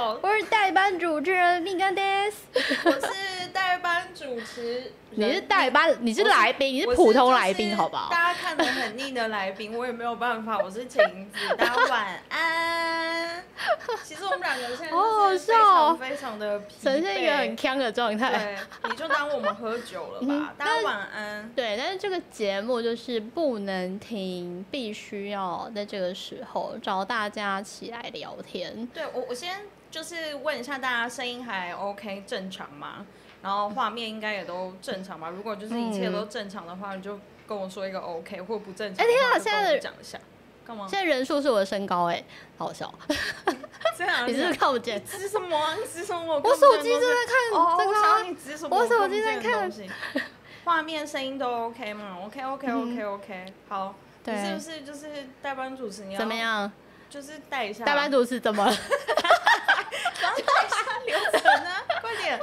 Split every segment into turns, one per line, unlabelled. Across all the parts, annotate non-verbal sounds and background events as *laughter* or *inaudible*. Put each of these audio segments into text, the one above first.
实
*laughs* 你是代班，你是
我是
来宾，你
我
是
是
普通来
就
宾，
是
好不好？
大家看得很腻的来宾，我也没有办法，我是晴子，大家晚安。其实我们两个现在
好好
就是非
笑哦
常非常的疲惫，
呈现一个很呛的状态。
对，你就当我们喝酒了吧，大家晚安。
对，但是这个节目就是不能停，必须要在这个时候找大家起来聊天。
对我，我先就是问一下大家，声音还 OK 正常吗？然后画面应该也都正常吧？如果就是一切都正常的话，你就跟我说一个 OK 或不正常。
嗯哎天啊
啊，
现在的
讲一下，干嘛
现？在人数是我的身高、哎，好笑，
这样
哦 *laughs* 你是啊不是看不见？
指什么啊？你指什么？
我
根本
手机正在看，
哦，
这
我
个
想
啊、
你指什么？
我手
看不
机在
见的
看
东西。画面、声音都 OK 吗？OK OK OK OK，好。你是
嗯对
不是就是代班主持？你要
怎么？样？
就是带一下
代班主持怎么了？
刚带一下流程啊，快点！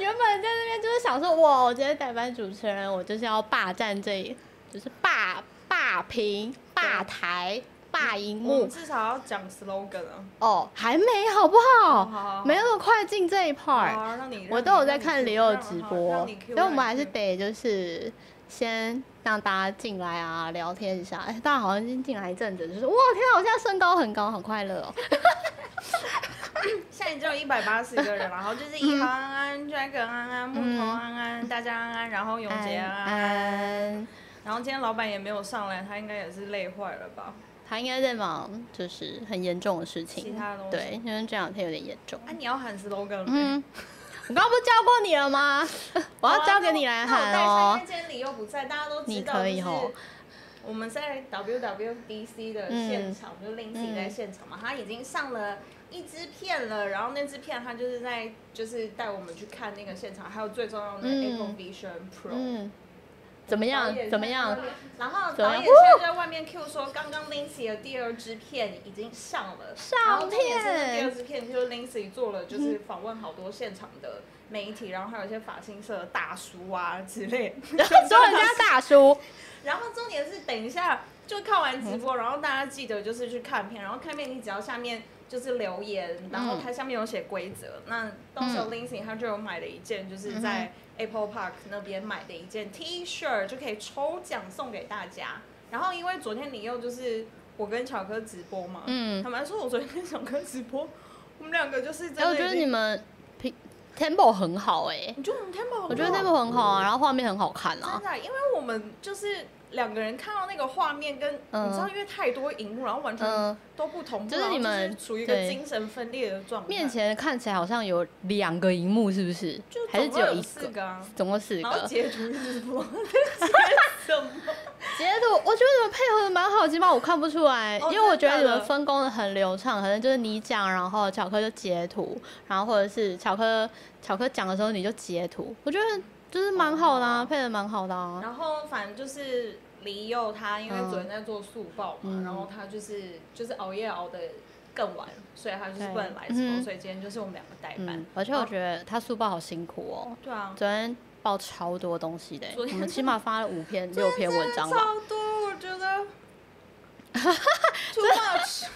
原本在那边就是想说，哇，我今天代班主持人，我就是要霸占这一，就是霸霸屏、霸台、霸荧
我
幕
们。至少要讲 slogan 啊。
哦，还没好不
好
好？
好好，
哦没有那么快进这一
好
part，
啊，让你
我都有在看李友直播，所以我们还
嗯
是得就是先让大家进来啊，聊天一下。哎，大家好像已经进来一阵子，就是哇，天啊，我现在身高很高，好快乐哦。
现在只有一百八十个人，然后就是一航安
嗯
安、Dragon 安安、木头安安、大家安安，然后永杰安
嗯
安，
安，
然后今天老板也没有上来，他应该也是累坏了吧？
他应该在忙，就是很严重的事情。
其他的东西
对，因为这两天有点严重。
啊，你要喊 slogan 吗？
嗯，我刚刚不是教过你了吗？ *laughs* 我要交给你来喊
好啊那我那我带一下因
哦
为。今天李佑不在，大家都知道。
你可以吼。嗯
我们在 WWDC 的现场，就 Lindsay 在现场嘛，他已经上了一支片了，然后那支片他就是在就是带我们去看那个现场，还有最重要的
嗯
Apple Vision Pro。
嗯，怎么
怎
样？怎么样？？
然后
怎么
导演
样
现在在外面 Q 说，刚刚 Lindsay 的第二支片已经上了，
上
然后重点是
片
第二支片就是 Lindsay 做了，就是访问好多现场的媒体，然后还有一些发型社的大叔啊之类。
*laughs* 说人家大叔，
然后重点是，等一下就看完直
嗯
播，然后大家记得就是去看片，然后看片你只要下面就是留言，然后它下面有写规则，那到时候
嗯
Lindsay 他就有买了一件，就是在 Apple Park 那边买的一件 T 恤，就可以抽奖送给大家。然后因为昨天你又就是我跟巧哥直播嘛，
嗯，
坦白说，我昨天跟巧哥直播，我们两个就是真
哎，
的，
我觉得你，们 p- tempo 很好哎，
你觉得我们 tempo 很
我觉得
好
tempo 很好啊，然后画面很好看啊
真。的，因为我们就是两个人看到那个画面跟，
嗯
你知道，因为太多荧幕，然后完全
嗯，
都不同步，
就是
然后
你们
处于一个
对
精神分裂的状态，
面前看起来好像有两个荧幕，是不是
就？
还是只
总共
一
有四
个？
个啊。
总共四
然后
个。
截图直
*laughs*
播，什么？
截图，我觉得你们配合的蛮好，起码我看不出来，
哦
因为我觉得你
真
们
的
分工的很流畅，可能就是你讲，然后巧克就截图，然后或者是巧克巧克讲的时候你就截图，我觉得就是蛮好的、啊，
哦
配的蛮好的啊。
然后反正就是李佑他，因为
嗯
昨天在做速报嘛，
嗯
然后他就是就是熬夜熬的更晚，所以他就是
对
不能来直
嗯
播，
哼
所以今天就是我们两个代班
嗯。，而且我觉得他速报好辛苦哦，
对啊，
昨天报超多东西的欸，我
昨天
们起码发了五
*laughs*
篇六篇文章吧。
超多，我觉得 too
*laughs*
much。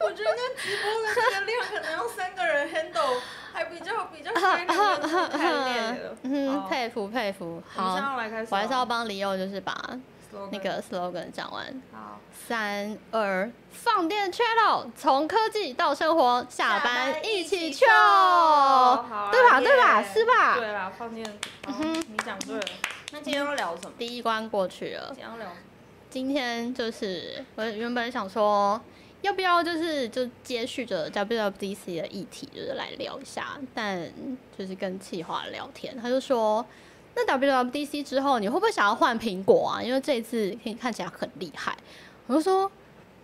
我觉得直播的这个量可能要三个人 handle，还比较比较衰，两个人太累了。
*laughs* 嗯，
好
佩服佩服。
我们现在
好，
要来开始
我
吗，
还是要帮李佑，就是把
slogan
那个 slogan 讲完。
好。
三二，放电 channel，从科技到生活，下班一起 c
秀，好
对吧？
耶
对吧？是吧？嗯
对啦，放进，好你讲对了。那今天要聊什么？
第一关过去了
今，天要聊
今天就是我原本想说，要不要就是就接续着 WWDC 的议题，就是来聊一下，但就是跟企划聊天，他就说。那 WWDC 之后，你会不会想要换苹果啊？因为这一次可以看起来很厉害。我就说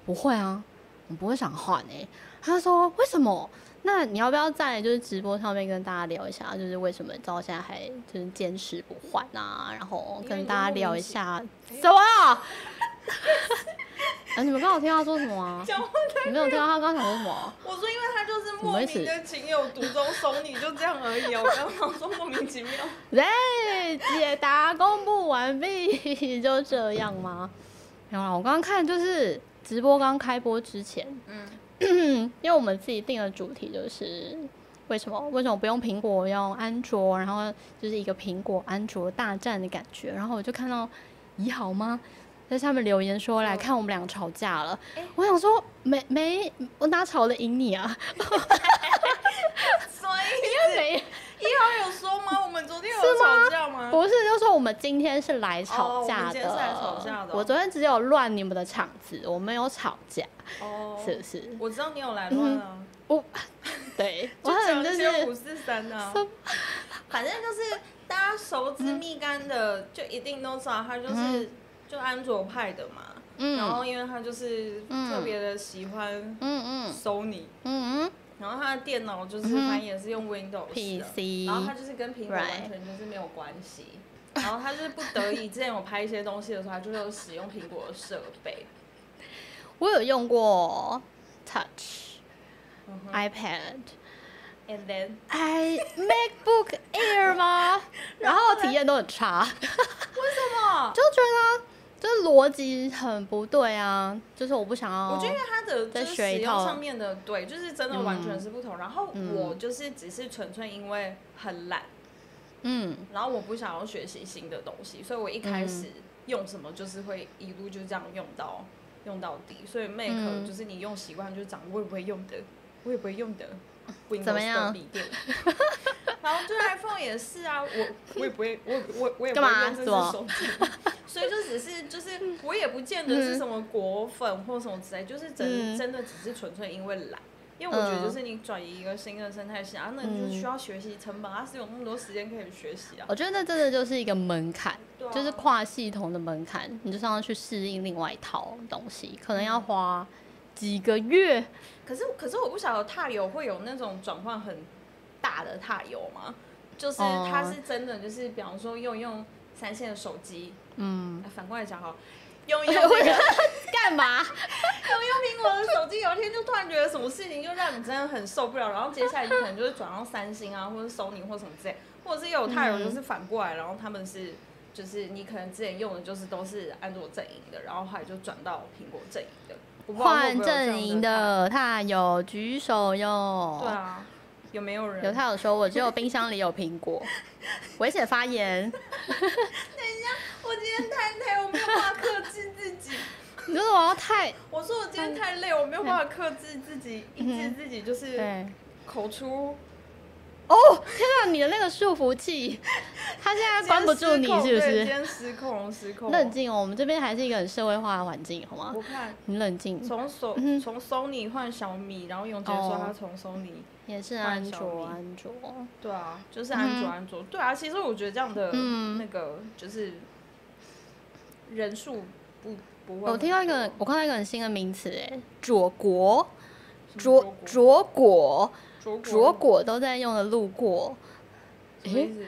不会啊，我不会想换诶、他就说为什么？那你要不要在就是直播上面跟大家聊一下，就是为什么到现在还就是坚持不换啊？然后跟大家聊一下什么？啊，你们刚好听他说什么啊？
讲话
你没有听到他刚刚想说什么啊？
我说，因为他就是
什
莫
么意
名
思
的情有独
*laughs*
钟，怂你就这样而已啊。我刚刚说莫名其妙。
喂，解答公布完毕， *laughs* 就这样吗？没有啦，我刚刚看就是直播刚开播之前，
嗯
因为我们自己定的主题就是为什么为什么不用苹果，要用安卓？然后就是一个苹果安卓大战的感觉。然后我就看到怡豪吗？在下面留言说来看我们俩吵架了。
哎
我想说没没，我哪吵得赢你啊？
所以
没
一豪有说吗？
*laughs*
我们昨天有吵架吗？
不是，就说我们今天是来吵
哦我
架
们今
的。
天是来吵架的哦
我昨天只有乱你们的场子，我没有吵架，
哦，
是不是？
我知道你有来乱啊，
*laughs* 对，嗯
*laughs*
我
就
很
讲
就
一
是
些五四三啊
什么，
反正就是大家熟知蜜柑的，就一定都知道他就是就安卓派的嘛。然
嗯
后因为他就是
嗯
特别的喜欢
嗯嗯
Sony，
嗯
然后他的电脑就是
嗯哼
反正也是用 Windows
嗯
的。
，PC，
然后他就是跟苹果
Right
完全就是没有关系。然后他就是不得已，之前有拍一些东西的时候，他就会有使用苹果的设备。
我有用过 Touch、
嗯哼
iPad、
And then，
i MacBook Air
*laughs*
吗？然后体验都很差，
为什么？
*laughs* 就觉得就是逻辑很不对啊，就是我不想要。
我觉得因为它的
再
就是
学
使
一
用
套
上面的，对，就是真的完全是不同。然后
嗯
我就是只是纯粹因为很懒，
嗯
然后我不想要学习新的东西，所以我一开始用什么就是会一路就这样用到用到底。所以 Mac
嗯
就是你用习惯就长，我也不会用的，我也不会
*laughs*
用的。
怎么样
Windows 的笔电？然后就是 iPhone 也是啊，我我也不会，我也不我我也不
干嘛
会用这只
什么
手机，所以就只是就是我也不见得是什么果粉或什么之类，就是真
嗯
真的只是纯粹因为懒。因为我觉得
嗯
就是你转移一个新的生态系，然啊后那你就
嗯
需要学习成本，它是有那么多时间可以学习啊。
我觉得那真的就是一个门槛，
对啊
呃就是跨系统的门槛，你就是要去适应另外一套东西，可能
嗯
要花几个月。
可是可是我不晓得踏油会有那种转换很大的踏油吗？就是
哦
它是真的，就是比方说用用三线的手机，
嗯，
哎反过来讲哈，用
*laughs*
用那个用用 *laughs*
干嘛？
苹果的手机，有一天就突然觉得什么事情就让你真的很受不了，然后接下来你可能就会转到三星啊，或者 Sony 或什么之类，或者是有踏油就是反过来，然后他们是。就是你可能之前用的就是都是安卓阵营的，然后后来就转到苹果阵营的。我不知道会
换
不会有这样啊
阵营的，他有举手哟。
踏油。对啊，有没有人？
有他有说，我只有冰箱里有苹果，危险发言。
我今天太累，我没有办法克制自己。
你说我
*laughs*
要太
我说我今天太累，我没有办法克制自己，抑制自己，就是
对
口出
哦，天啊，你的那个束缚器，它现在关不住你是
今天失控对
不
今
是？
天失控，失控。
冷静哦，我们这边还是一个很社会化的环境，好吗
我？看
你冷静。
从索
嗯
从 Sony 换小米，然后永杰说
哦
他从 Sony，
也是
换
安
小
卓，
米
安卓。
对啊，就是安卓
嗯
安卓，对啊。其实我觉得这样的
嗯
那个就是人数不不会很多。
我听到一个，我看到一个很新的名词，
嗯
哎，卓国，
卓
卓卓果，
卓
卓
卓
果都在用的路过，
什么意思？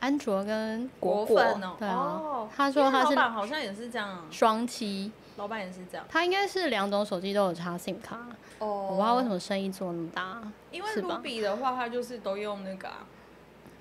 安卓跟果
果
果
粉哦，，
对啊
哦，
他说
因为
他
老
是
板好像也是这样啊，
双七，
老板也是这样。
他应该是两种手机都有插 SIM 卡，
哦
我不知道为什么生意做那么大，
因为
是吧
Ruby 的话，它就是都用那个啊、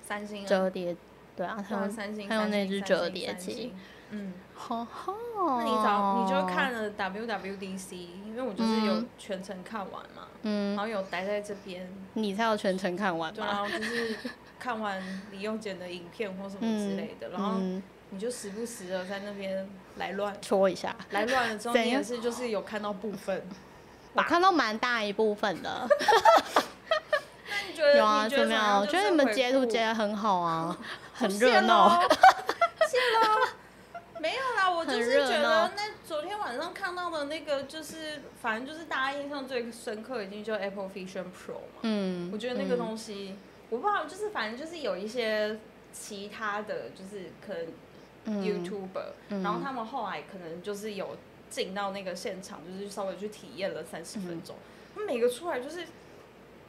三星啊，
折叠，对啊，
对
他
啊
用
三星，
他用
三星
那只折叠。
三星三
机
星，嗯，
吼吼，
那你找你就看了 WWDC，因为我就是有
嗯
全程看完嘛，然
嗯，
后有待在这边，
你才有全程看完
对，啊然
吧？
后就是看完李幼剪的影片或什么之
嗯
类的，然后
嗯，
你就时不时的在那边来
*laughs*
乱，
戳一下，
来乱了之后，
怎
你也
样
是就是有看到部分。
我看到蛮大一部分的，
那你觉得
有啊，
你
怎么样？
样？
我觉得你们截图截的很
*laughs*
好啊，很
谢
热闹。
咯， *laughs* 谢喽。没有
*laughs*
啦，我就是觉
很热闹
得那昨天晚上看到的那个，就是反正就是大家印象最深刻，已经就 Apple Vision Pro 嘛。
嗯，
我觉得那个
西，
东西，我不知道，就是反正就是有一些其他的就是可能
嗯
YouTuber，、
嗯
然后他们后来可能就是有进到那个现场，就是稍微去体验了三十
嗯
分钟。他们每个出来就是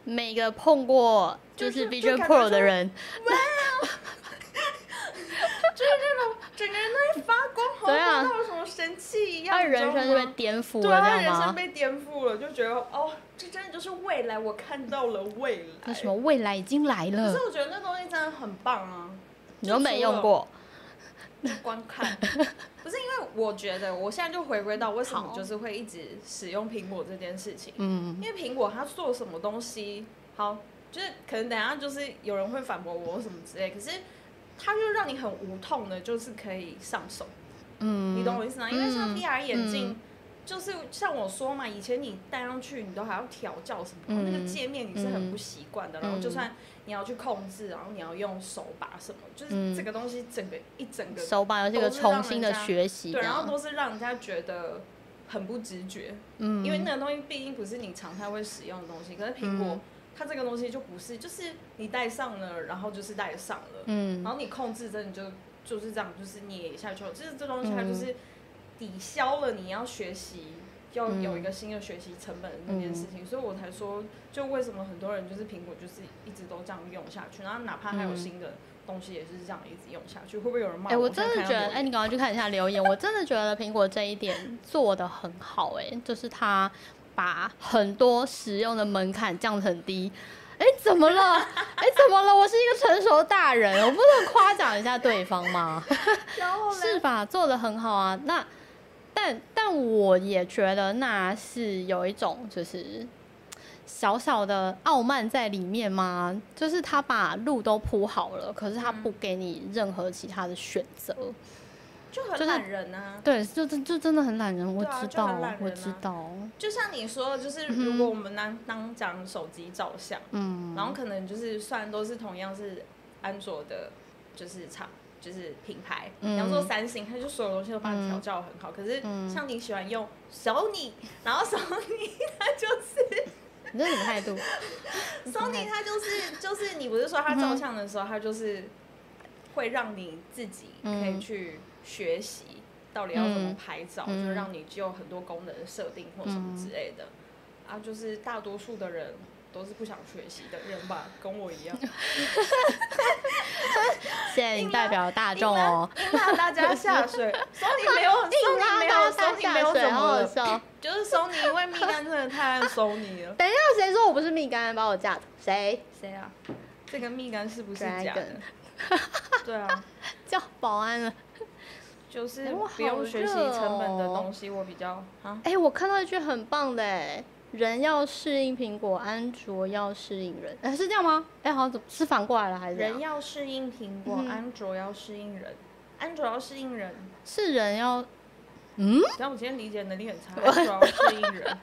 每个碰过
就
就是是 Vision
就感觉
Pro
说
的人，
整个人都在发光，好
对啊
像看到了什么神器一样。
他
你知道
人生就
吗
被颠覆
对
了，
啊，
这
他
样
人生
吗？
被颠覆了，就觉得哦，这真的就是未来，我看到了未来。
那什么？未来已经来
可
了
是，我觉得那东西真的很棒啊，
你都没
就除了
用过，
就观看。不是因为我觉得，我现在就回归到为什么
好
就是会一直使用苹果这件事情，
嗯
因为苹果它做什么东西，好，就是可能等一下就是有人会反驳我什么之类，可是它就让你很无痛的，就是可以上手，
嗯，
你懂我意思吗？因为像
嗯
VR 眼镜。
嗯
就是像我说嘛，以前你戴上去，你都还要调教什么，
嗯
那个界面你是很不习惯的。然后
嗯
就算你要去控制，然后你要用手把什么，就是
嗯
这个东西整个一整个
手把又是一个重新的学习，
对，
这
然后
样
都是让人家觉得很不直觉，
嗯，
因为那个东西毕竟不是你常态会使用的东西。可是苹
嗯
果、它这个东西就不是，就是你戴上了，然后就是戴上了，
嗯
然后你控制真的就就是这样，就是你也下去了。就是这东西
嗯
它就是抵消了你要学习。要
嗯
有一个新的学习成本的那件事情，所以我才说，就为什么很多人就是苹果就是一直都这样用下去，然后哪怕还有
嗯
新的东西也是这样一直用下去，会不会有人骂
哎、我
现
真
在
的
看
觉
到
得，
留
哎、
言
你赶快去看一下留言。我真的觉得苹果这一点做的很好、哎，就是它把很多使用的门槛降得很低。哎、怎么了？哎、怎么了？我是一个成熟大人，我不能夸奖一下对方吗？
然 *laughs* 后嘞
是吧？做的很好啊。那，但但我也觉得那是有一种就是小小的傲慢在里面吗？就是他把路都铺好了，可是他
嗯
不给你任何其他的选择。
就
就
很
是
懒人啊。
对，就真就真的很懒人，我
对啊
知
就
道，
很懒
我
人啊
知道，
就像你说的，就是如果我们当当讲手机照相，
嗯，
然后可能就是虽然都是同样是安卓的，就是厂就是品牌，
嗯
然后说三星，它就所有东西都把你调教得很好。可是像你喜欢用 Sony，然后 Sony 它就是
你这是什么态度？
Sony 它就是就是你不是说它照相的时候，它就是会让你自己可以
嗯
去学习。到底要怎么
嗯
拍照，
嗯
就让你具有很多功能的设定或什么之类的。
嗯
啊，就是大多数的人都是不想学习的人吧，跟我一
*laughs*
样。
谢谢你代表大众哦，
啊硬啊拉大家下水，索
*laughs*
尼没有，索
硬拉
尼没
大
有，
家
索尼没
下
有
水，哦
怎
好
么
好
了？ *laughs*
笑。
就是索尼，因为蜜柑真的太爱索尼了。
等一下，谁说我不是蜜柑把我架的？ *laughs* 谁
谁啊？这个蜜柑是不是假的
Dragon？
对啊，
叫保安了？
就是
哎我
不用
好
学习
热
成本的
哦
东西，我比较啊。
哎、我看到一句很棒的、哎，人要适应苹果，安卓要适应人，哎、是这样吗？哎、好像怎么是反过来了还是怎样
人要适应苹果，
嗯
安卓要适应人，安卓要适应人。
是人要
但我今天理解能力很差，安卓要适应人，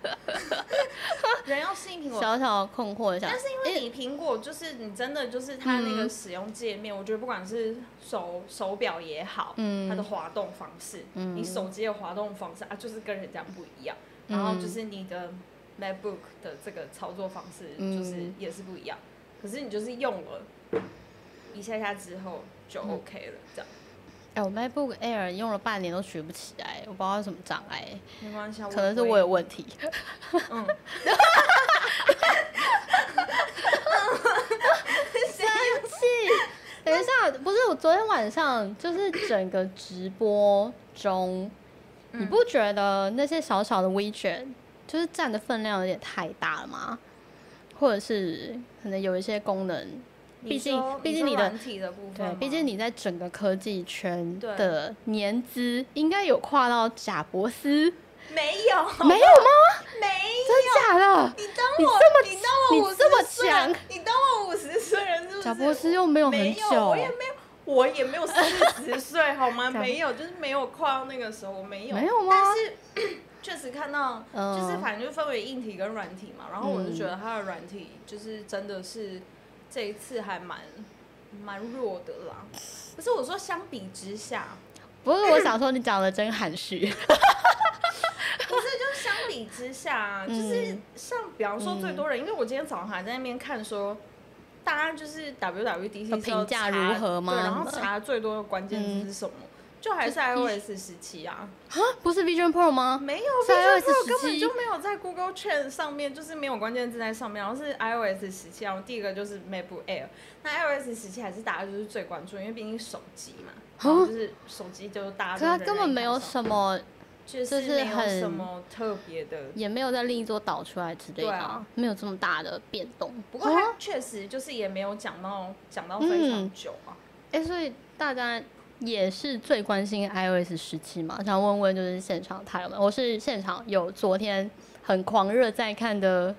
*laughs* 人要适应苹果，
小小的困惑一下
但，是因为你苹果就是你真的就是它那个使用界面，我觉得不管是手手表也好，
嗯
它的滑动方式，
嗯
你手机的滑动方式啊，就是跟人家不一样。
嗯
然后就是你的 MacBook 的这个操作方式，
嗯
就是也是不一样。可是你就是用了一下下之后就
嗯
OK 了，这样
哎、我 MacBook Air 用了半年都学不起来，我不知道是什么障碍，
没关系啊。
可能是
也
我有问题。
嗯，
等一下，不是我昨天晚上就是整个直播中，
嗯
你不觉得那些小小的 widget 就是占的分量有点太大了吗？或者是可能有一些功能，
*laughs* 你
毕竟
说
毕竟
说
你的
软体的部分
对
吗，，
毕竟你在整个科技圈
对
的年资应该有跨到贾博斯，
没有
没有吗？
没
真假的？
你当
你
我，
这么
你当我
你
五十
这么
岁
强
你当我五十岁人是不是？
贾博斯又没有很
没
久，
有，我也没有，我也没有四十岁好
*laughs*
吗？
贾
没有，就是没有跨到那个时候，我没有。
没有吗
但是嗯确实看到，
嗯
就是反正就分为硬体跟软体嘛，然后我就觉得它的软体就是真的是这一次还蛮蛮弱的啦。不是我说，相比之下，
不是我想说你讲的真含蓄， *laughs*
不是，就是相比之下啊，
嗯
就是像比方说最多人，因为我今天早上还在那边看说，大家就是 WWDC 之后
哦评价
查
如何吗嗯
对，然后查最多的关键字是什么？就还是 iOS 十七啊，
不是 Vision Pro 吗？
没有
是
Vision
iOS
Pro 根本
17
就没有在 Google Trend 上面，就是没有关键字在上面，然后是 iOS 十七，然啊后第一个就是 MacBook Air，那 iOS 十七还是大家就是最关注，因为毕竟手机嘛，然后就是手机就是大家
啊可
都
他
人
根
人
本
一
没
台
有
手
什么，
就是
就是
没有
很
什么特别的
也没有在另一桌导出来之类的
对啊
啊，没有这么大的变动。
不过
哦
他确实就是也没有讲到讲到非常久啊，
哎、所以大家也是最关心 iOS 十七嘛？想问问就是现场他友们，我是现场有昨天很狂热在看的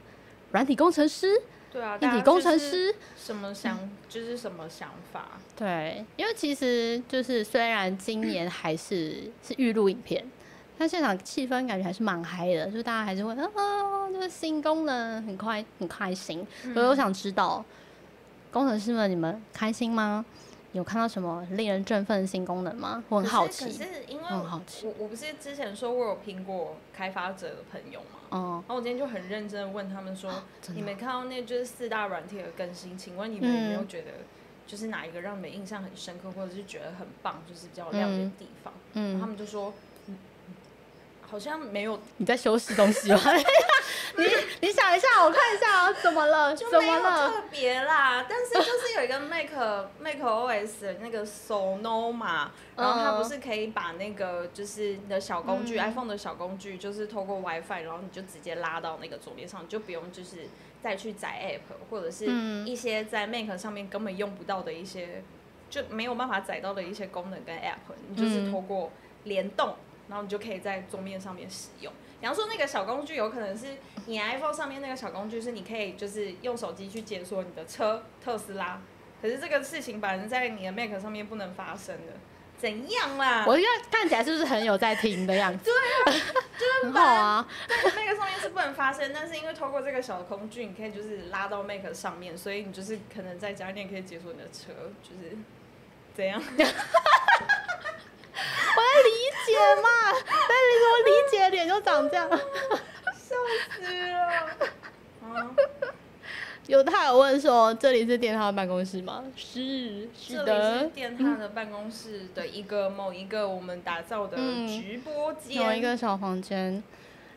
软体工程师，
对啊，
一
大家
体
就
嗯工程
是
师。嗯
什么想就是什么想法，
对，因为其实就是虽然今年还是是预录影片，但现场气氛感觉还是蛮嗨的，就是大家还是会啊、哦，就是新功能很快很开心。
嗯
所以我想知道，工程师们你们开心吗？有看到什么令人振奋的新功能吗？我很好
可是
奇
可，是因为
我很好奇。
我我不是之前说我有苹果开发者的朋友吗？
哦、
然后我今天就很认真的问他们说，
啊真的
你们看到那就是四大软体的更新，请问你们有没有
嗯
觉得就是哪一个让你们印象很深刻，或者是觉得很棒，就是比较有亮点的地方？然后他
嗯，
们就说，嗯嗯好像没有，
你在修饰东西吗？ *laughs* 你你想一下，我看一下、啊，怎么了？
就
怎
没
么
有
了？
特别啦。但是就是有一个 Mac *laughs* Mac OS 的那个 Sonoma，然后它
嗯
不是可以把那个就是你的小工具、
嗯
iPhone 的小工具，就是透过 WiFi，然后你就直接拉到那个桌面上，你就不用就是再去载 App 或者是
嗯
一些在 Mac 上面根本用不到的一些，就没有办法载到的一些功能跟 App，你就是
嗯
透过联动，然后你就可以在桌面上面使用。比方说那个小工具，有可能是你 iPhone 上面那个小工具，是你可以就是用手机去解锁你的车特斯拉，可是这个事情反正在你的 Mac 上面不能发生的，怎样啦？
我现在看起来是不是很有在听的样子？ *laughs* 很好啊。
在 *laughs* Mac 上面是不能发生，但是因为透过这个小工具，你可以就是拉到 Mac 上面，所以你就是可能在家你也可以解锁你的车，就是怎样？
我在理解嘛，但是我理解的脸就长这样。
是啊，啊，
有他有问说，这里是电他的办公室吗？是，
这
是
里是
的。
电塔的办公室的一个某一个我们打造的
嗯
直播间，
有一个小房间。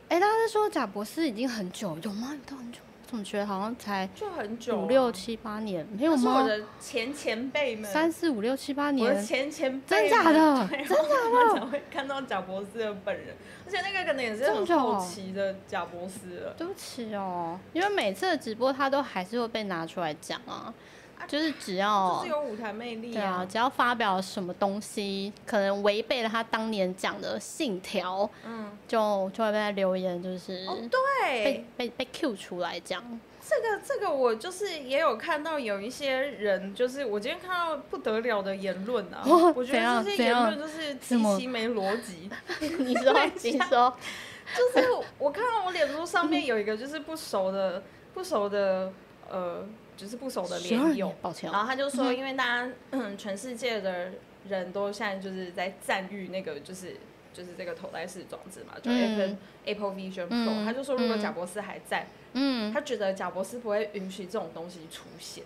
哎、大家在说贾博士已经很久，有吗？有到很久？我怎么觉得好像才
就很久啊
五六七八年？没有
那是我
吗？
的前前辈们，
三四五六七八
我的
年，
前前
真
辈
假
们，
的？
*laughs* 对，真的才会看到贾博士的本人，而且那个可能也是
这么
很
久哦
后期的贾博士了。
对不起哦，因为每次的直播他都还是会被拿出来讲啊，就是只要
就是有舞台魅力
哦对啊，只要发表什么东西，可能违背了他当年讲的信条，
嗯，
就就会被他留言，就是
哦，
被
对，
嗯被被 Q 出来这
*laughs*
样。
这个这个我就是也有看到有一些人，就是我今天看到不得了的言论啊，
*laughs* 哦
我觉
怎
得
样
这些
怎
言
样
论就是极
怎么
其没逻辑。
你说
等一，下
你说，
就是我看到我脸书上面有一个就是不熟的不熟的呃，就是不熟的
12
脸友
年，抱歉
然
哦，
后他就说，因为大家嗯，全世界的人都现在就是在赞誉那个就是。就是这个头戴式装置嘛，就 Apple、
嗯
Apple Vision Pro，、
嗯
他就说如果
嗯
贾博士还在，
嗯，
他觉得贾博士不会允许这种东西出现，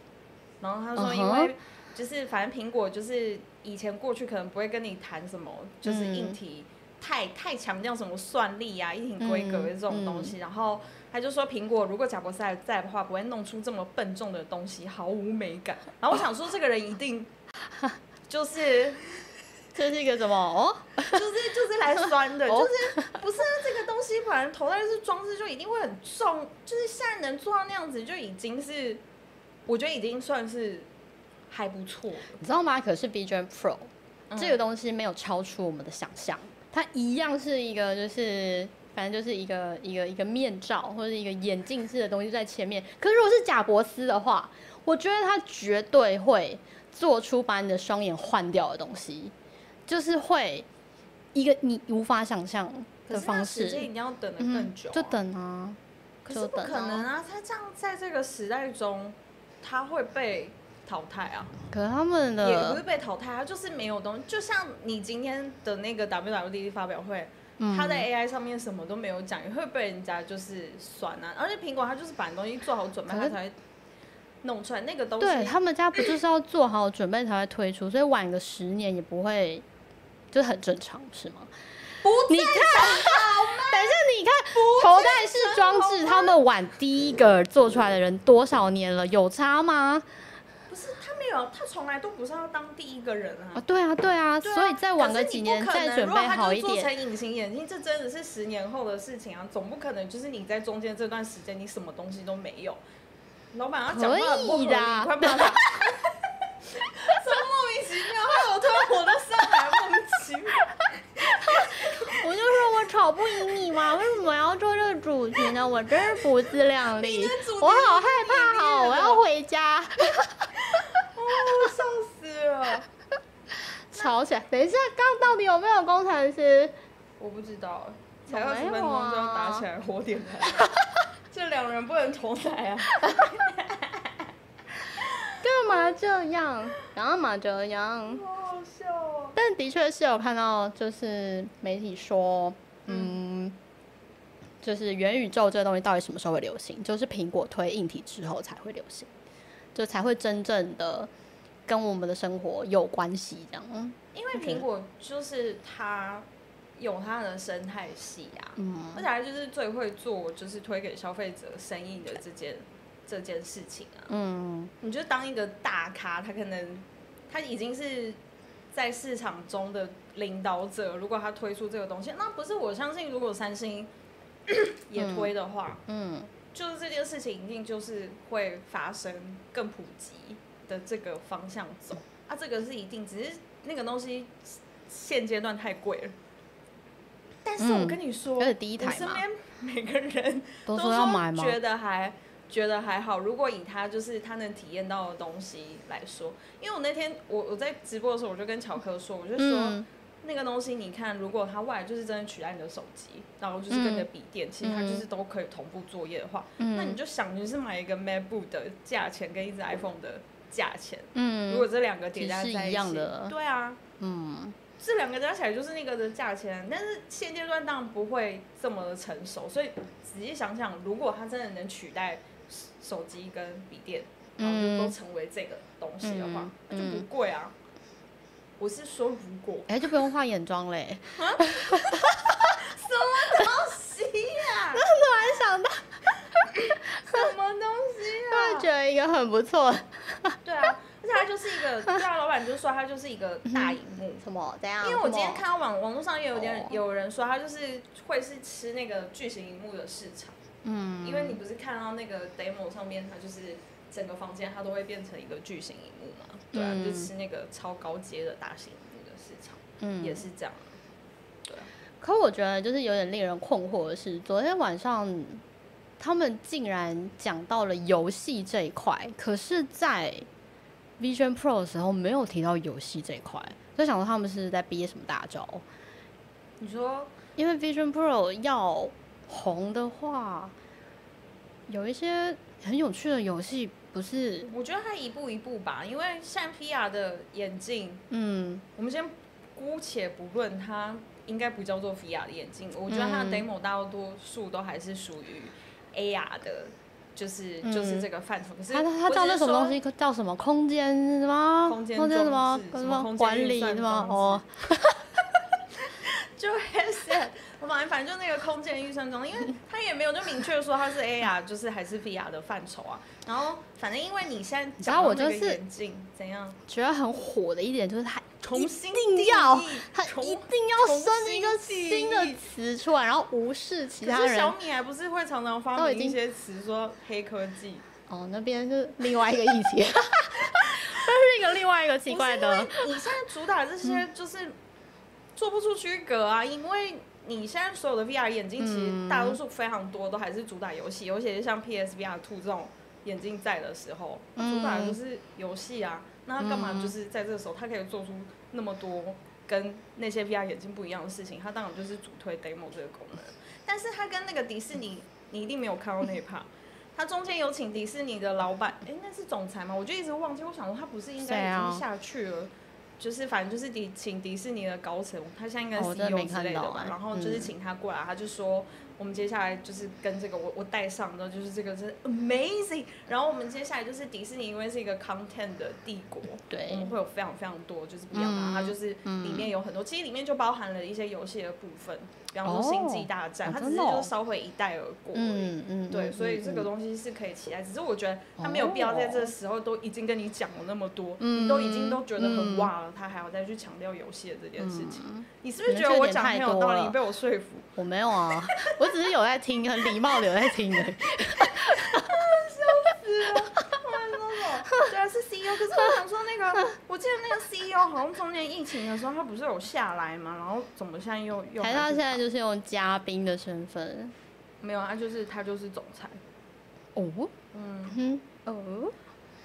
然后他说
嗯
因
哼
为就是反正苹果就是以前过去可能不会跟你谈什么，就是硬体太太强调什么算力啊、硬体规格
嗯
这种东西，然后他就说苹果如果贾博士还在的话，不会弄出这么笨重的东西，毫无美感。然后我想说这个人一定就是。
这是一个什么？哦，
就是就是来酸的，
哦
就是不是啊这个东西，反正头戴式装置就一定会很重，就是现在能做到那样子就已经是，我觉得已经算是还不错了。
你知道吗？可是 B J Pro
嗯
这个东西没有超出我们的想象，它一样是一个就是。反正就是一个一个一个面罩或者一个眼镜式的东西在前面。可是如果是贾伯斯的话，我觉得他绝对会做出把你的双眼换掉的东西，就是会一个你无法想象
可
的
是那
方
时
式。
间一定要等的更
嗯，
久、啊
就，等啊，
可是不可能啊！他这样在这个时代中，他会被淘汰啊，
可是他们
也不是
的
被淘汰，他就是没有东西。就像你今天的那个 WWDC 发表会，
嗯
他在 AI 上面什么都没有讲，也会被人家就是酸啊。而且苹果它就是把东西做好准备，
可
它
是
才会弄出来那个东西。
对他们家不就是要做好准备才会推出，所以晚个十年也不会，就很正常是吗？
不
你看， *laughs* 等一下你看头戴式装置，他们晚第一个做出来的人多少年了，有差吗？
不是他没有，他从来都不是要当第一个人
啊，
啊。
对啊，对啊，
对啊
所以再晚
可是
个
你
几
不
年
可
再
能
准
如果
备
他就
好
是
一
做
点，
成隐形眼镜，这真的是十年后的事情啊，总不可能就是你在中间这段时间你什么东西都没有。老板要讲话很不合理，
可以啦
你快骂他！什
*laughs*
么莫名其妙，害我突然火到上来，莫名其妙。
我就说我吵不赢你嘛，为什么要做这个个主题呢，我真是不自量力，
主题
我好害
太
怕，好，
虐
我
了
要回家， *laughs*
哦笑死了，
吵起来。等一下，刚刚到底有没有工程师？
我不知道，才
有
二
啊
十分钟就要打起来，火点来， *laughs* 这两人不能同台啊！
干嘛这样？干嘛这样？
好好笑哦。
但的确是有看到，就是媒体说，嗯，就是元宇宙这个东西到底什么时候会流行？就是苹果推硬体之后才会流行，就才会真正的跟我们的生活有关系。这样，
因为苹果就是它有它的生态系啊，
嗯，
而且它就是最会做，就是推给消费者生意的这件这件事情啊。
嗯，
你就当一个大咖，他可能他已经是在市场中的领导者，如果他推出这个东西，那不是我相信，如果三星 *coughs* 也推的话，
嗯，
就是这件事情一定就是会发生更普及的这个方向走。啊，这个是一定，只是那个东西现阶段太贵了。但是我
嗯
跟你说，
而且第一
我
台
身
嘛，
边每个人
都
说
说要买吗？
觉得还觉得还好。如果以他就是他能体验到的东西来说，因为我那天我我在直播的时候，我就跟巧克说，我就说、
嗯，
那个东西，你看，如果它未来就是真的取代你的手机，然后就是
嗯
跟你的笔电，其实它就是都可以同步作业的话，那你就想你是买一个 MacBook 的价钱跟一只 iPhone 的价钱，如
嗯，
果这两个叠加在
其实
起，
是一样的
对啊，
嗯，
这两个加起来就是那个的价钱，但是现阶段当然不会这么的成熟，所以仔细想想，如果它真的能取代手机跟笔电，然后就都成为这个东西的话
嗯，
那就不贵啊。我是说，如果 *laughs*
哎、就不用化眼妆嘞。
西呀、
突然想到，
什么东
*laughs* 突
西
然觉得一个很不错的，
啊？对啊，而且它就是一个，对啊，老板就说它就是一个大荧幕。
什么怎样？
因为我
什么
今天看到网网络上也有点
哦
有人说，他就是会是吃那个巨型荧幕的市场。
嗯，
因为你不是看到那个 demo 上面，它就是整个房间它都会变成一个巨型荧幕嘛，对啊，
嗯
就吃那个超高阶的大型荧幕的市场，
嗯
也是这样。对啊，
可我觉得就是有点令人困惑的是，昨天晚上他们竟然讲到了游戏这一块，可是，在 Vision Pro 的时候没有提到游戏这一块，就想说他们是在憋什么大招？
你说
因为 Vision Pro 要红的话，有一些很有趣的游戏不是，
我觉得它一步一步吧，因为像 PR 的眼镜，
嗯
我们先姑且不论它应该不叫做 VR 的眼镜，我觉得
嗯
它的 demo 大多数都还是属于 AR 的。就是就是
嗯
这个范畴，可是
它它
我只
叫
是
那什么
说
东西？叫什么空间什么？
空间
什
装
么
置什
什
么
么
空间
管
运
理
算
什么？
装
哦，
就 headset，我 *laughs* 反正反正就那个空间预算中，因为他也没有就明确说它是 AR，就是还是 VR 的范畴啊。然后反正因为你现在
然
讲
后
到
我
那
就
个
是
眼镜怎样，
觉得很火的一点就是它
重新
一
定
定要
义
它
重
一定要
重
生一个
新定
新的
义
词出来，然后无视其他
可是
人
小。米还不是会常常发
都已
明一
经
些词说黑科技，
哦，那边是另外一个议题，
*laughs*
那是一个另外一个奇怪的。嗯
你现在主打这些就是做不出区隔啊，因为你现在所有的 VR 眼镜，其
嗯
实大多数非常多都还是主打游戏，尤其是像 PSVR Two 这种眼镜在的时候，
嗯
主打的就是游戏啊。那他干嘛就是在这时候，他可以做出那么多跟那些 VR 眼镜不一样的事情？他当然就是主推 demo 这个功能，但是他跟那个迪士尼，你一定没有看到那一趴。他中间有请迪士尼的老板，哎、那是总裁吗？我就一直忘记，我想说他不是应
谁
该已
啊
经下去了，就是反正就是迪请迪士尼的高层，他现在应该
哦我真的
CEO
没
之
看
类的
到
吧，
哎
然后就是请他过来，他就说我们接下来就是跟这个我我带上的就是这个真的 amazing，然后我们接下来就是迪士尼因为是一个 content 的帝国，我
对嗯
们，会有非常非常多就是不一样的，然后它就是里面有很多，其实里面就包含了一些游戏的部分，比方说
哦
星际大战，
哦
它只是
真的哦
就稍微一带而过而已。
嗯嗯，
对，
嗯
所以
嗯
这个
嗯
东西是可以期待，只是我觉得他没有必要在这时候都已经跟你讲了那么多，
嗯
你都已经都觉得很
嗯
哇了，他还要再去强调游戏的这件事情，你是不
可
是
能
觉
这
得
有
我
点
讲
太
很有
多
道理，
了
你被我说服？
我没有啊，我只是有在听，很礼貌的有在听而已。
*laughs* 对啊，是 CEO。可是我想说，那
*laughs*
个我记得那个 CEO 好像中间疫情的时候，他不 *laughs* 是有下来吗？然后怎么现在又又啊
台上
还是
现在就是用嘉宾的身份，
没有啊，就是他就是总裁。
哦，
嗯，
嗯哦，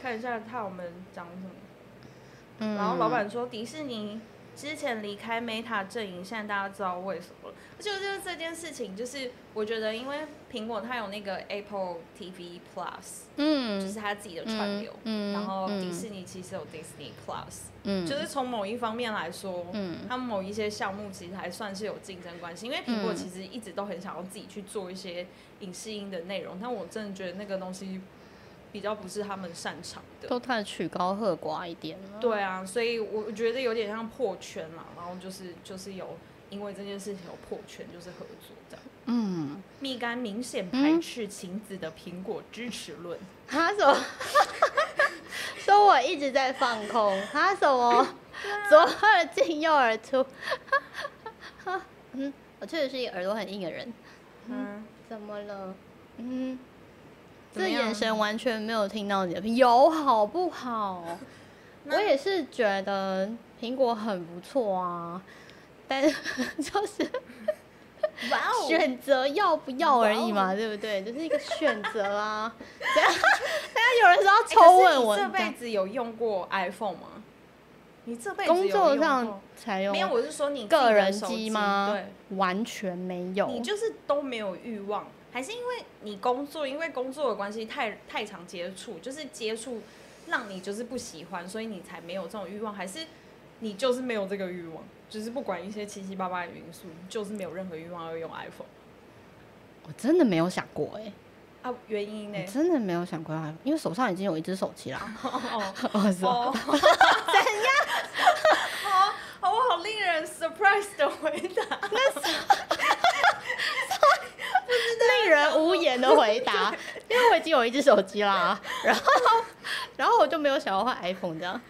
看一下他我们讲什么。
嗯
然后老板说迪士尼之前离开 Meta 阵营，现在大家知道为什么了。就就是这件事情，就是我觉得因为苹果它有那个 Apple TV Plus，、
嗯，
就是它自己的
嗯
串流。
嗯，
然后
嗯
迪士尼其实有 Disney Plus，、
嗯
就是从某一方面来说，
嗯
他们某一些项目其实还算是有竞争关系，因为苹果
嗯
其实一直都很想要自己去做一些影视音的内容，但我真的觉得那个东西比较不是他们擅长的。
都太曲高和寡一点了。
对啊，所以我觉得有点像破圈嘛，然后就是就是有因为这件事情有破圈，就是合作这样。
嗯，
蜜柑明显排斥晴子的苹果支持论，
他什么？ *laughs* 说我一直在放空，他什么？
啊
左耳进右耳出。 *laughs* 嗯，我确实是一个耳朵很硬的人。
嗯，
怎么了？嗯，
怎
这
么样
眼神完全没有听到你的，有好不好？我
*laughs* 那
也是觉得苹果很不错啊，但是 *laughs* 就是
哇哦
选择要不要而已嘛，对不对？就是一个选择 *laughs* 啊。等下，等下有人说要抽问 *laughs* 我，
欸可是你这辈子有用过 iPhone 吗？你这辈子有
工
用过
作上才用
没有？我是说你自己的
个人
手
机
机
吗？
对，
完全没有。
你就是都没有欲望，还是因为你工作，因为工作的关系太太常接触，就是接触让你就是不喜欢，所以你才没有这种欲望，还是你就是没有这个欲望？就是不管一些七七八八的因素，你就是没有任何欲望要用 iPhone
我真的没有想过哎、
啊？原因呢
我？真的没有想过要，因为手上已经有一只手机 *laughs* 啦。
哦，
我说
哦 *laughs* 怎样？ *laughs* 好，我好令人 surprise 的回答。
令人无言的回 *laughs* 答，因为我已经有一只手机啦， *laughs* 然后然后我就没有想要换 iPhone 这样，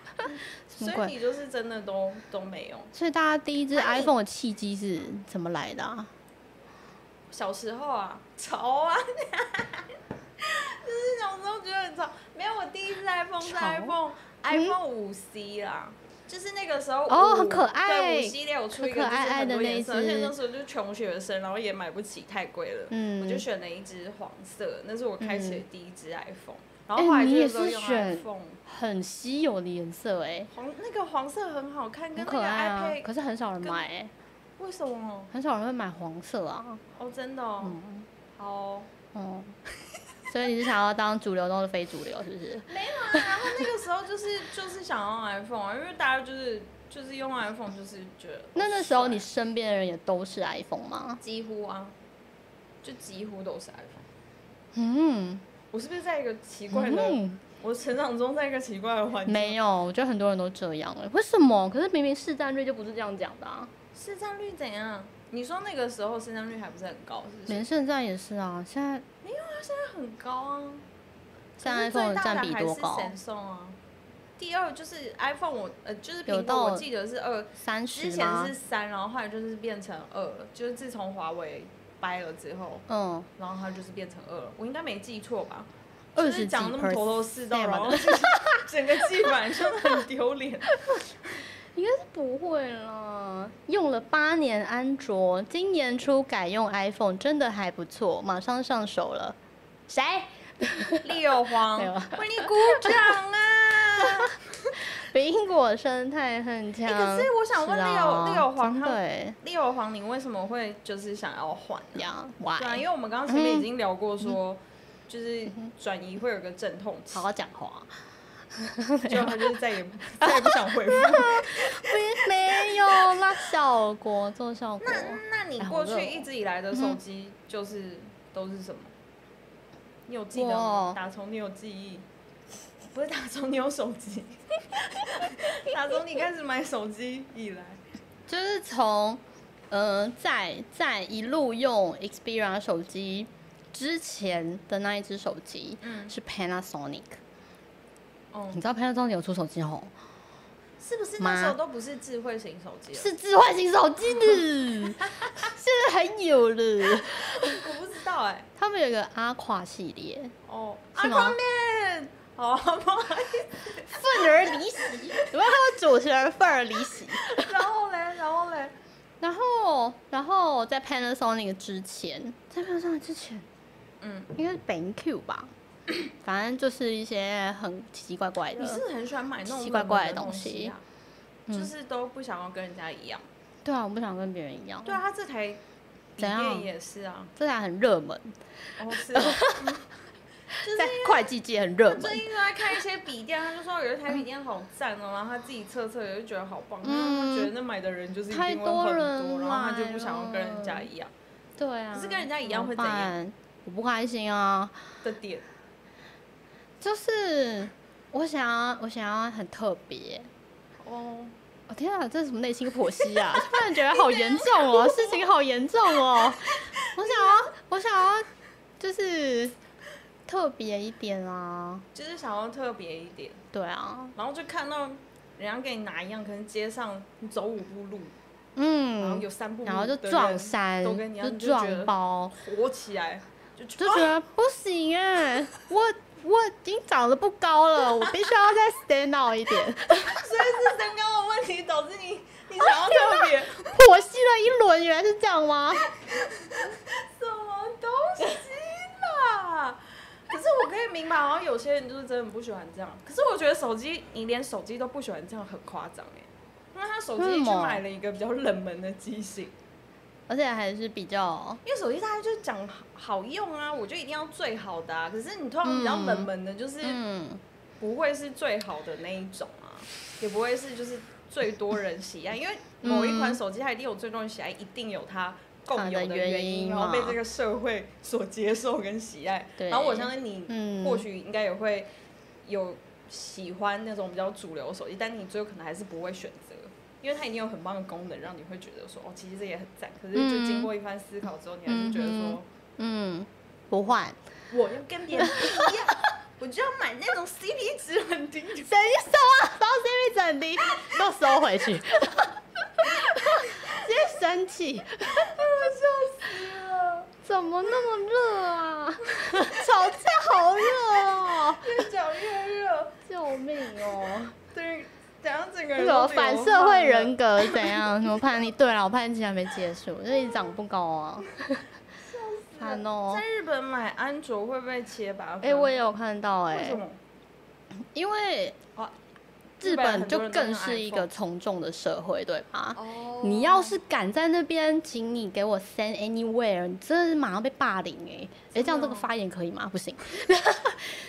什
所
么
以
鬼？
你就是真的都都没有。
所以大家第一只
啊你
iPhone 的契机是怎么来的啊？
小时候啊，潮啊， *laughs* 就是小时候觉得很潮。没有，我第一次 iPhone 是
潮
iPhone iPhone 五 C 啦。就是那个时候
哦
五
很可爱
对五 C 列有出一个
可
就
可
是
爱爱
很
的
多
那一
颜色，而且
只
那时候就是穷学生，然后也买不起，太贵了，
嗯
我就选了一只黄色，那是我开启的第一只 iPhone，、然
哎
后后来
你
就
也
都
是
用
选
iPhone，
很稀有的颜色哎、
黄那个黄色很好看，跟那
很可
个
爱啊
iPad，、，
可是很少人
跟
买哎、
为什么？
很少人会买黄色啊，
哦，真的、哦，
嗯
好哦、
哦，所以你是想要当主流中的非主流是不是？
没有啊，然后那个时候就是就是想要 iPhone 啊，因为大家就是就是用 iPhone 就是觉得哦
那那时候你
帅
身边的人也都是 iPhone 吗？
几乎啊，就几乎都是 iPhone。
嗯，
我是不是在一个奇怪的？
嗯
我成长中在一个奇怪的环境，
没有，我觉得很多人都这样哎、为什么？可是明明市占率就不是这样讲的啊，
市占率怎样？你说那个时候市占率还不是很高，是不是？
连胜站也是啊，现在
那很高啊，
现
可
在
是最
iPhone 的
大的
占比
还是
多高？
Samsung 啊。第二就是 iPhone，我呃就是
有
苹
到
果，我记得是二，
三
之
十
前
吗
是？三，然后后来就是变成二了，就是自从华为掰了之后，
嗯，
然后它就是变成二了，我应该没记错吧？
20
就是讲那么头头是道，
几 percent
然后就是 *laughs* 整个记反真的很丢脸。
应该是不会啦。用了八年安卓，今年初改用 iPhone，真的还不错，马上上手了。谁？ *laughs*
六皇
没有
为你鼓掌啊！
苹果生态很强。
哎可是我想问
是啊
Leo- Leo 黄
真的
他
欸
六皇，你为什么会就是想要换呢？
呀
对啊，因
，Why？
为我们刚刚前面已经聊过说，就是转移会有个阵痛期
好，好讲话。
就他就是再也再也不想回复。
没没有啦，效果做效果。
那
哎
你过
哦
去一直以来的
嗯
手机就是都是什么？你有记得
我
吗？打从你有记忆，不是打从你有手机， *laughs* 打从你开始买手机以来，
就是从呃在在一路用 Xperia 手机之前的那一只手机
嗯，
是 Panasonic，
哦
你，知道 Panasonic 有出手机吼，
是不是
嗯妈
那时候都不是智慧型手机了？
是智慧型手机
*laughs*
的，现在很有了。
我不知道哎、
他们有个阿垮系列，
哦，阿
是吗
宽面，哦，不 *laughs* 好意思
愤而离席，有没有看过主持人愤而离席？
然后嘞，然后嘞，
然后，然后在 Panasonic 之前，在 Panasonic 之前，
嗯，
应该是 BenQ 吧， *coughs* 反正就是一些很奇奇怪怪的。
哎你是不是很喜欢买那种
奇奇怪怪的
冷门
东
东
西嗯
啊，就是都不想要跟人家一样。
对啊，我不想跟别人一样。
对啊，他这台笔
怎样
电也是啊，
这台很热门，
哦
*laughs*
是哦，就是
在会计界很热
他最
门。
近都在看一些笔电，他就说有一台笔电好赞哦，然后他自己测测也就觉得好棒，
嗯
他觉得那买的人就是一定会
太
很
多
多，
人
然后他就
买
不想要跟人家一样
对啊，
可是跟人家一样会怎
么
样
办？我不开心啊，
的点。
就是我想要，我想要很特别。
哦，
我、天啊，这是什么内心剖
*laughs*
析啊？突然觉得好严重哦，事情好严重哦。我想要，我想要，就是特别一点啊。
就是想要特别一点，
对啊，
然后就看到人家跟你拿一样，可能街上你走五步路，然后
嗯，
有三步路
然后就
的人
撞衫，
都跟你一样，
就
你就觉
撞
得
包，
火起来，就哦
就觉得不行哎、
*laughs*
我我已经长得不高了，我必须要再 stand out 一点。 *laughs*
所以是身高的问题导致你你想要特别
剖析了一轮，原来是这样吗？
什么东西啦？可是我可以明白，好像有些人就是真的不喜欢这样。可是我觉得手机，你连手机都不喜欢这样，很夸张哎。因为他手机
为
去
什么
买了一个比较冷门的机型，
而且还是比较
因为手机大家就讲好好用啊，我就一定要最好的啊。可是你通常比较冷门的，就是
嗯，
不会是最好的那一种啊，也不会是就是最多人喜爱，因为某一款手机它一定有最多人喜爱，一定有它共有
它的
的
原
原
因
因，
嘛
然后被这个社会所接受跟喜爱。
对
然后我相信你，
嗯
或许应该也会有喜欢那种比较主流的手机，但你最后可能还是不会选择。因为它已经有很棒的功能，让你会觉得说哦，其实这也很赞。可是就经过一番思考之后，你还是觉得
嗯
说，
*laughs* 嗯，不换，
我要跟别人不一样，我就要买那种 CP 值很
*laughs*
低的。 *laughs*
谁收啊？然后 CP 值 *laughs* 很低，都收回去，直接生气，怎么那么热啊？吵架好热哦，
越讲越热，
救命哦！
对，等下整个
那
人
种
都
反社会人格怎样？什么叛逆？对了，我叛逆期还没结束，我就一直长不高啊，
流
烦
汗了。
哦。
在日本买安卓会不会切八分？
哎、我也有看到哎、
为什么？
因为
哦
日
日本
本
很多
就
人都
更
用
是一个
iPhone
从众的社会，对吧？
哦
你要是敢在那边，请你给我 send anywhere，你真的是马上被霸凌哎、欸！
真的
哎、这样这个
哦
发言可以吗？不行，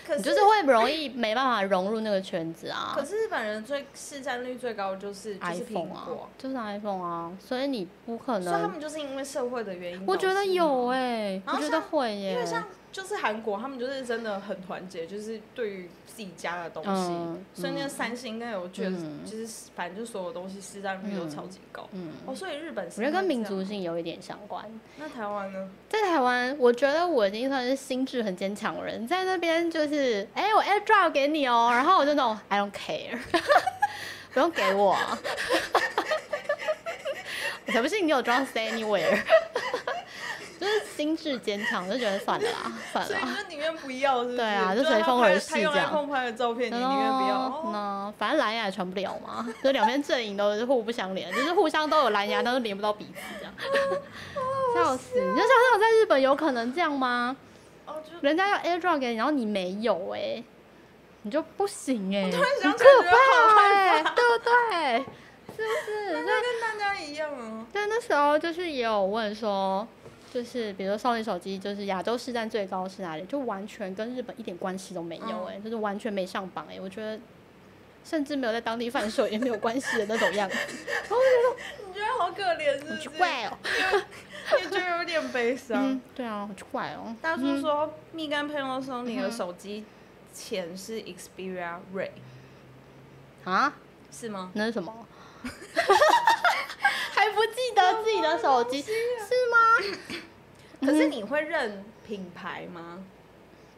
可
你
是
就是会容易没办法融入那个圈子啊
可。是日本人最市占率最高就是就是
iPhone
苹
啊
果，，
就是 iPhone 啊，所以你不
所
可
以他
能。
们就是因为社会的原因。
我觉得有哎、我
然后
觉得
像
会耶、
因为像就是韩国，他们就是真的很团结，就是对于自己家的东西，
嗯
所以那个三星跟我觉得
嗯
就是反正就所有东西市占率都超级高。
嗯，
哦，所以日本
我
是
觉得跟
会
民
这样
族性有一点相关。
那台湾呢？
在台湾，我觉得我已经算是心智很坚强的人，在那边就是，哎、我 AirDrop 给你哦，然后我就那种 I don't care，不用给我 *laughs* 啊，我才不信你有装 Stay Anywhere，就是心智坚强，就觉得算了啦，算了
所以你
啦。
就宁愿不要，是不是？
对啊就
就
随风而逝
他用
这样
iPhone 拍的照片，你宁愿不要。哦
那反正蓝牙也传不了嘛，就两边阵营都是互不相连，就是互相都有蓝牙，但是连不到彼此这样。 *laughs* 笑死！你就想想，在日本有可能这样吗？
哦，就
人家要 AirDrop 给你，然后你没有哎、你就不行哎、欸，
突然
很
想起
可
来觉得好
怕
害
哎、对不对？是不是？所以，
跟大家一样啊。
但那时候就是也有问说，就是比如说少女手机，就是亚洲市占最高是哪里？就完全跟日本一点关系都没有
嗯
哎、就是完全没上榜哎、我觉得。甚至没有在当地贩售也没有关系的那
*laughs*
种样子，
你觉得好可怜，是不
很
是？
奇怪哦。
也觉得有点悲伤。
嗯，对啊，很奇怪哦。
大叔
嗯
说，蜜柑 Panasonic 的手机前是 Xperia Ray，
啊，
是吗？
那是什么？ *laughs* 还不记得自己的手机是吗？
可是你会认品牌吗？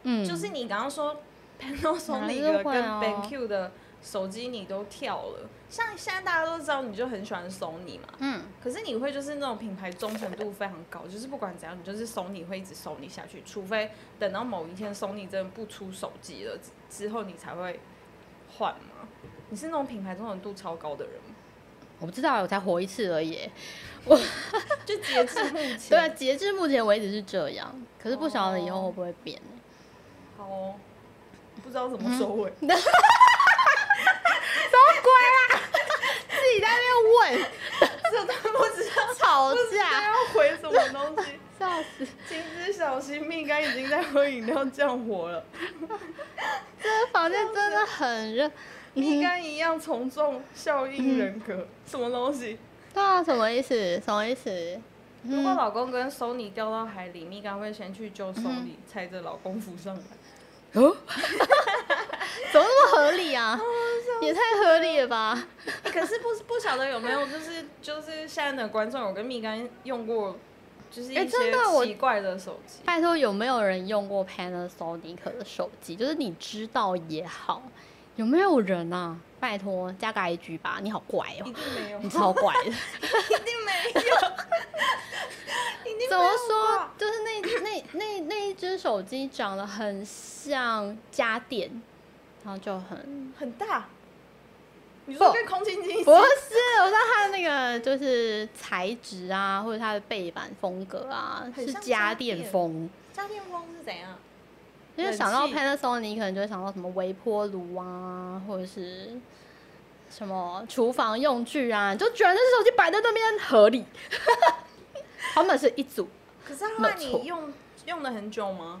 嗯，
就是你刚刚说
哪一
Panasonic
个
的
会
跟
啊
BenQ 的手机你都跳了，像现在大家都知道你就很喜欢 Sony 嘛，
嗯，
可是你会就是那种品牌忠诚度非常高，就是不管怎样，你就是 Sony 会一直 Sony 下去，除非等到某一天 Sony 真的不出手机了之之后，你才会换嘛。你是那种品牌忠诚度超高的人吗，
我不知道，我才活一次而已。
就截至目前。
*laughs* 对啊，，截至目前为止是这样，可是不晓得以后会不会变。
好哦，不知道怎么收尾。
嗯啊 *laughs* 自己在那边问，
这都 *laughs* 不知道
吵
不知 *laughs* 道
架，
要回什么东西。
*laughs* 笑死！
请知小心，命干已经在喝饮料降火了。
这房间真的很热。
命干一样从众效应人格，什么东西？
对啊，什么意思？什么意思？
如果老公跟 Sony 掉到海里，蜜柑会先去救 Sony，、踩着老公浮上来。
哦， *laughs* 怎么那么合理啊？也太合理了吧？
*laughs* 欸可是不不晓得有没有，就是就是现在的观众有跟蜜柑用过，就是
欸
一
真
些
的我
奇怪的手机。
拜托，有没有人用过 Panasonic 的手机？就是你知道也好，有没有人啊？拜托，加个 IG 吧，你好怪哦、
*laughs* 一定没有，
你超怪
*laughs*
的。
一定没 *laughs* 有，一定
怎
没
么
有
说
吧？？
就是那那那那一只手机长得很像家电，然后就很
嗯很大。你说
不
跟空气清新
不是，我说它的那个就是材质啊，或者它的背板风格啊，
很
是
像
家
家
电
电
风。
家电风是怎样？
因为
冷
想到
气
Panasonic，可能就会想到什么微波炉啊，或者是什么厨房用具啊，你就觉得那手机摆在那边合理。 *laughs* 他们是一组，
可是他换
没错
你用用了很久吗？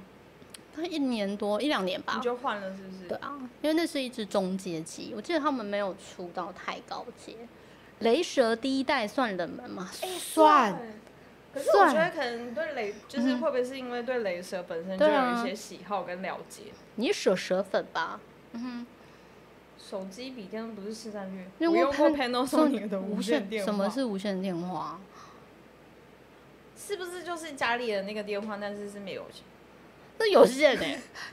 它一年多一两年吧
你。就换了是不
对
是？
啊，因为那是一只中阶机，我记得他们没有出到太高阶。雷蛇第一代算冷门吗？
哎，
算。。
可是我
算嗯
觉得可能对雷，就是会不会是因为对雷蛇本身就
对
有
啊
一些喜好跟了解？
你是蛇蛇粉吧？嗯
手机笔电不是市占率，
用
我
过
用过
Pan-
Panasonic 的无线电话。
什么是无线电话？
是不是就是家里的那个电话，但是是没有线？
那有线呢、 *laughs*
可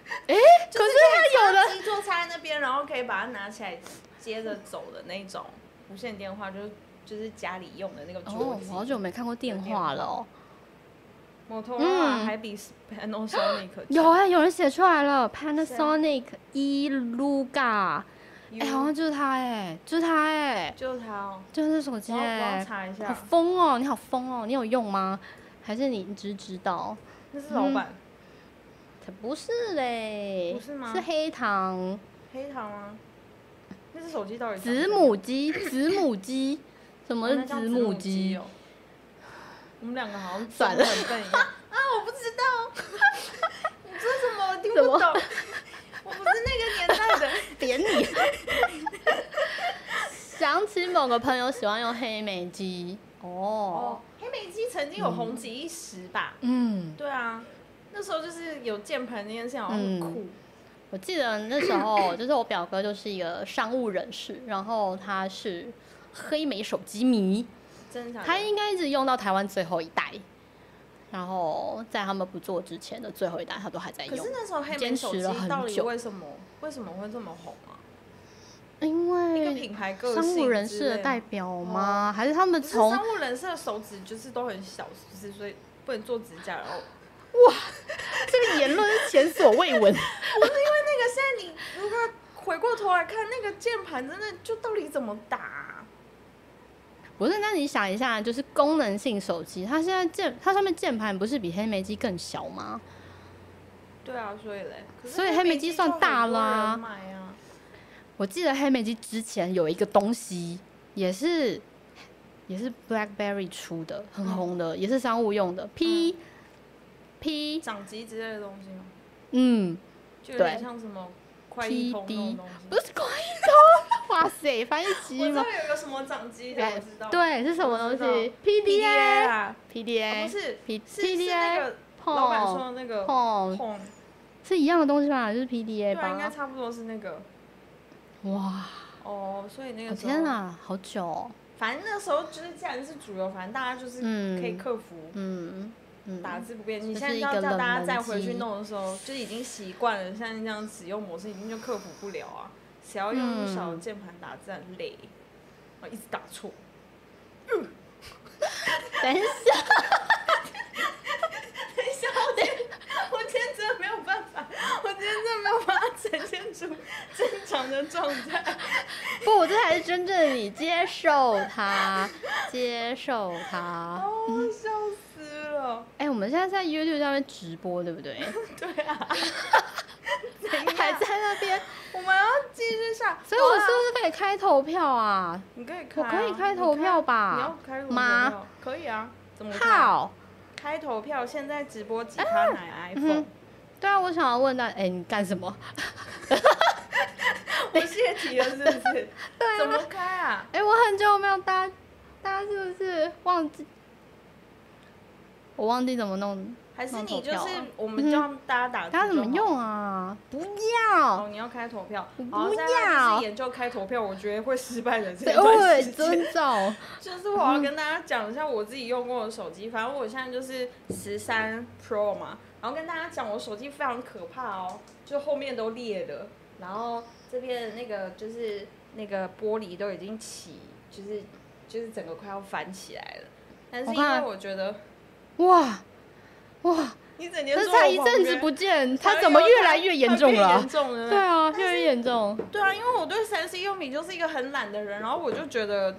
是
它有的
机座插在那边，然后可以把它拿起来接着走的那种无线电话，就是就是家里用的那个桌
哦，
机。
我好久没看过电话了哦。
摩托
嗯
罗还比 Panasonic 强
有哎、有人写出来了，Panasonic e l u g a 哎、好像就是它哎、就是它哎、
就是它哦。
就是这手机
我要我
哎、
要查一
好
下，
疯哦、你好疯哦、你有用吗？还是你只知道？
那是老板
嗯才不是嘞，
不是吗
是黑糖
黑糖吗？那是手机到底长什么
子母鸡，子母鸡，什么
哦
是
那叫子
子母
母
鸡？
哦？我们两个好像
*laughs* 算了
很笨一样啊！我不知道， *laughs* 你说什么我听
什么
不懂， *laughs* 我不是那个年代的。
点你！想起某个朋友喜欢用黑莓鸡 *laughs* 哦
哦，，黑莓机曾经有红极一时吧？
嗯，
对啊，那时候就是有键盘那件事情好像
嗯
很酷，
我记得那时 *coughs* 候就是我表哥就是一个商务人士，然后他是黑莓手机迷，
真的假的
他应该一直用到台湾最后一代，然后在他们不做之前的最后一代，他都还在
可
用
是。那时候黑莓
哎坚
手
持了
机
很
到底
久
为什么为什么会这么红啊？
因
一个
为
品牌个性
商务人士
之类
的
吗
代表吗？哦还是他们
可是
从
商务人士的手指就是都很小，是不是？所以不能做指甲。然后，因
这个言论是前所未闻？
为那个现在你如果回过头来看，那个键盘真的就到底怎么打啊、
*laughs* 不是，那你想一下，就是功能性手机，它现在键它上面键盘不是比黑莓机更小吗？
对啊，所以嘞，可是
所以黑
黑
莓
莓
机
机
算大
就很多人
啦
买啊，
我记得黑莓机之前有一个东西，也是也是 BlackBerry 出的，很红的，
嗯
也是商务用的 P、P
掌机之类的东西吗？
嗯，
就有点
对
像什么快一通那种东
不
西。
是快一
*laughs*
通，哇塞，翻译
我
机
知
吗
道？有个什么掌机的，我知道。
对，是什么东
我知道
西
PDA
？PDA
啦，哦
PDA
不是
P
是是那
PDA
个老板
哦
说的那个
Pong
Pong，
是一样的东西吧？就是
对
PDA
啊，应该
吧？
差不多是那个。
哇，
哦，所以那
我
个时候
天啊，好久哦、
反正那时候就是既然是主流，反正大家就是
嗯
可以克服 *laughs*
嗯，嗯，
打字不便。你
这
现在
是一
要
个
叫
冷
大家
门
再回去
机
弄的时候，就已经习惯了，现在这样使用模式已经就克服不了啊。谁要用那么小的
嗯
键盘打字很累，啊，一直打错。 *laughs*
等一下，
等一下，我今天我今天真的没有 *laughs* 办法，我今天真的没有办法呈现出正常的状态。
不不，我这才是真正的你，接受它，接受它。
哦，笑死了，
哎、我们现在在 YouTube 上面直播，对不对？
对啊， *laughs* 怎
还
样
在？那
*laughs*
边，
我们要继续下，
所以我
好啦
是不是可以开投票啊
你可以开
我
啊、
可以开
你
投票吧
你要开投
妈
票？可以啊，怎么开？
？How？
开投票，现在直播吉他奶
嗯哼
iPhone，、
对啊，我想要问大家，哎、你干什么？
我泄题了是不是？
*laughs*
怎么开啊？
哎、我很久没有搭，大家是不是忘记？我忘记怎么弄，
还是
弄
你
投
就
票
是
啊嗯
我们叫大家打字，
大家怎么？用啊？不要
哦，，你要开投票，
我不
好再来就
要
是研究开投票，我觉得会失败的这一
对，偶
段
尔
时间。
尊重。
就是我要跟大家讲一下我自己用过的手机，反正我现在就是十三 Pro 嘛，然后跟大家讲我手机非常可怕哦，就后面都裂了，然后这边的那个就是那个玻璃都已经起，就是就是整个快要翻起来了。但是
我
因
看
为我觉得
哇哇，
你整天
这
坐我
才一
旁
阵子
边
不见，
反
它
而
怎么
又
越
它
来越
它
严重
变
了
严
啊？
重了，
对啊，越来越严重。
对啊，因为我对三 C 用品就是一个很懒的人，然后我就觉得，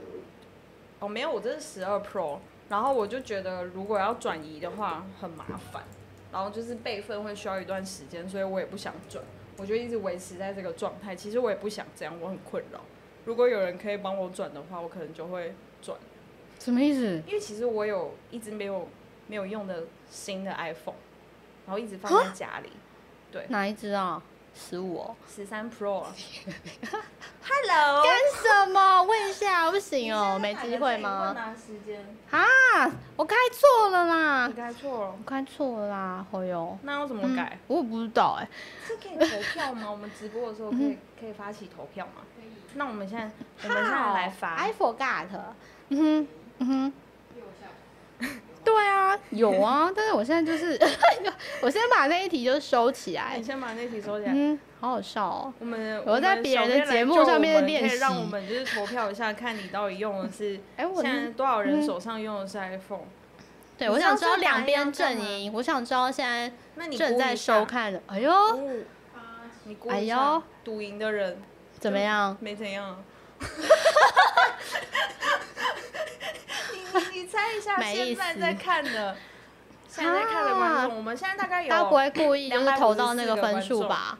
哦，没有，我这是十二 Pro，然后我就觉得如果要转移的话很麻烦，然后就是备份会需要一段时间，所以我也不想转，我就一直维持在这个状态。其实我也不想这样，我很困扰。如果有人可以帮我转的话，我可能就会转，
什么意思？
因为其实我有一直没有没有用的新的 iPhone，然后一直放在家里，
哪一只啊？十五、哦？
十三 Pro 啊，Hello，
干什么？问一下，不行哦，
你
没
现在
机会
还
吗？
在拿时间，
啊，我开错了啦
你，开错了
我。开错了啦，好哟。
那要怎么改？
我也不知道哎、
是可以投票吗？我们直播的时候可
嗯
以可以发起投票吗？可以。那我们现在我们现在来发
I。forgot。嗯哼，嗯哼。 *laughs* 对啊，有啊，但是我现在就是， *laughs* 我先把那一题就收起来
你。先把那题收起来。
嗯，好好笑哦。
我们
我在
们
别
小
人的
编来
节目
救
上
我
面
们
练
可以让
习
我们就是投票一下，看你到底用的
*laughs*
是
哎、我
现在
是
多少人
嗯
手上用的是 iPhone？
对，
你
我想
上次
知道
打
两
一
边
样干
阵
嘛
营，我想知道现在
那你
正
估
在
一下
收，看的。哎呦，
哦你估
哎
一
呦
下赌赢的人
怎么样？
没怎
*laughs*
样。你你你猜一下，
没意
现在在
思啊
看的，现在在看的观众，我们现在大概
他不
有
会故意就是投到那个分数吧？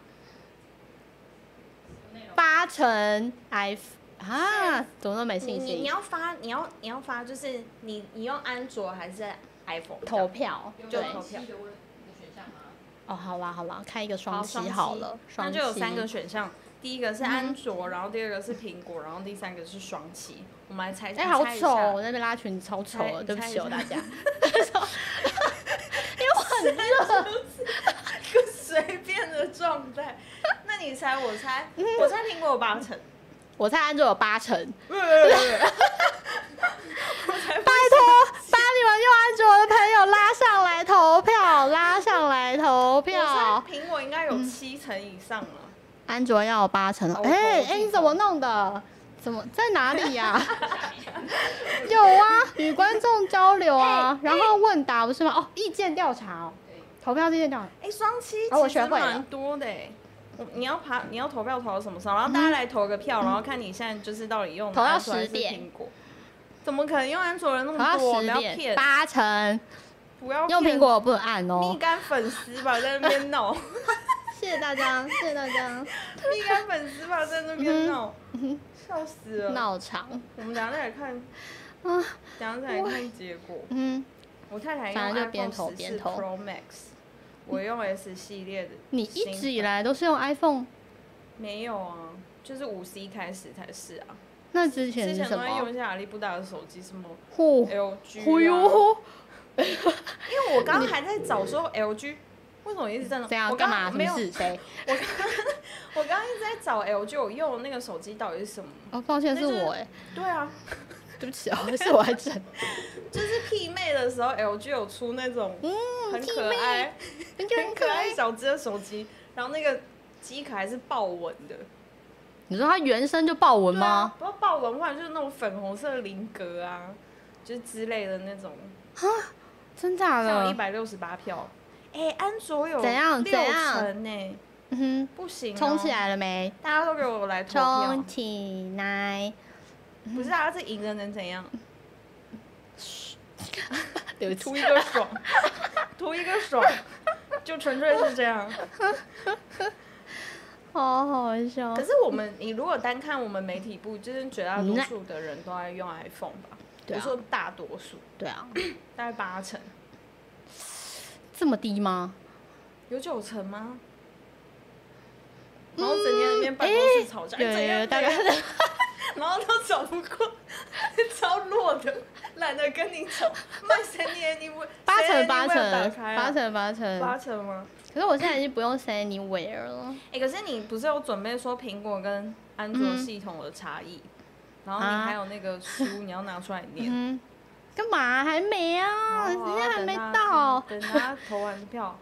八成 I 啊，怎么都没
你
信
你你
心？
要发，你要你要发，就是你你用安卓还是 iPhone 这
投
样
票
就
对
投票 *laughs*
哦，好啦好啦，开一个双
好
七好了，
那
双七嗯
就有三个选项，第一个是安卓，然后第二个是苹果，然后第三个是双七。我们来猜，
哎，好
猜一
丑哦！
下
我那边拉裙子超丑
猜
的，对不
猜一
起哦
下
大家。
*laughs* 一个随便的状态。那你猜，我
*laughs*
猜，我猜苹果有八成。 *laughs*
我猜安卓有八成，
不
拜
不不不我才不
托把你们用安卓的朋友拉上来投票，拉上来投
我
票。
猜苹果应该
嗯
有七成以上了。
安卓要有八成哦
好，我
哎
投
哎，
进
你怎么弄的？怎么在哪里呀、
*laughs*
有啊，与观众交流
哎
啊，然后问答不是吗？哦，意见调查哦，投票是意见调查。
哎、双七
哦我
其
学
实
会了
蛮多的哎、我你要爬，你要投票投到什么时候？然后大家来投个票，然后看你现在就是到底用
嗯投到
安卓还是
10点
苹果。怎么可能用安卓人那
投
么
到
多？不
十
要
点
骗，
八成
不要
用
骗
苹。果不能按
蜜
哦。
柑粉丝吧，在那边
*laughs*
闹，
谢谢大家，谢谢大家。
蜜柑粉丝吧，在那边闹，笑死了。
*laughs* 嗯闹场，
我们等一下再来看，
啊
等一下再来看结果。
嗯，
我太太
反
用
正就边
iPhone
投边
14
投
Pro Max，我用 S 系列的。
你一直以来都是用 iPhone，
没有啊，就是五 C 开始才是啊。
那之前
之
是
前
什
都在用
么？哦哎
一些阿利布达的手机，什么
呼
LG、啊。
呼哟，
因为我刚刚还在找说 LG，为什么一直在那？
这样
我
干
刚
嘛？什
没有
么，事？谁？
*laughs* 我刚刚一直在找 LG，我用的那个手机到底是什么？
哦，抱歉，是
那就是
我哎，
对啊，
对不起哦， *laughs* 是我还整。
*laughs* 就是媲美的时候，LG 有出那种
嗯
很可爱、
很
很可爱。小只的手机，然后那个机壳还是豹纹的。
你说它原声就豹纹
对啊
吗？，
不要豹纹，或者就是那种粉红色的菱格啊，就是之类的那种。
真假
像有一
的？
百六十八票，哎、安卓有
嗯怎样
六
怎样
成呢、哎
嗯
不行、
哼，
哦，
冲起！来了没？
大家都给我来投票
冲，起来！
不是啊，这赢了能怎样？
对
图一个爽， *laughs* 图一个爽，就纯粹是这样。
*laughs* 好好
*laughs*
笑
可。是我们，你如果单看我们媒体部，就是绝大多数的人都在用 iPhone 吧？
对
我
啊，
说大多数，
对啊，
大概八成，
这么低吗？
有九成
嗯
吗？然后整天在那边办公室吵架，哎
有有
怎样
有，大，
怎
概
样然后都找不过，超弱的，懒得跟你吵。卖谁你也你不
*laughs* *laughs*
*laughs*
八
谁也
成
你
八
不要打
成
开啊
八成八成
八。成吗？
可是我现在已经不用 say anywhere 了。
哎、可是你不是有准备说苹果跟安卓
嗯啊
系统的差异，然后你还有那个书你要拿出来念。
嗯，干嘛？还没啊，
好
人
好
家还
等
没
他
到。哦
等他投完票。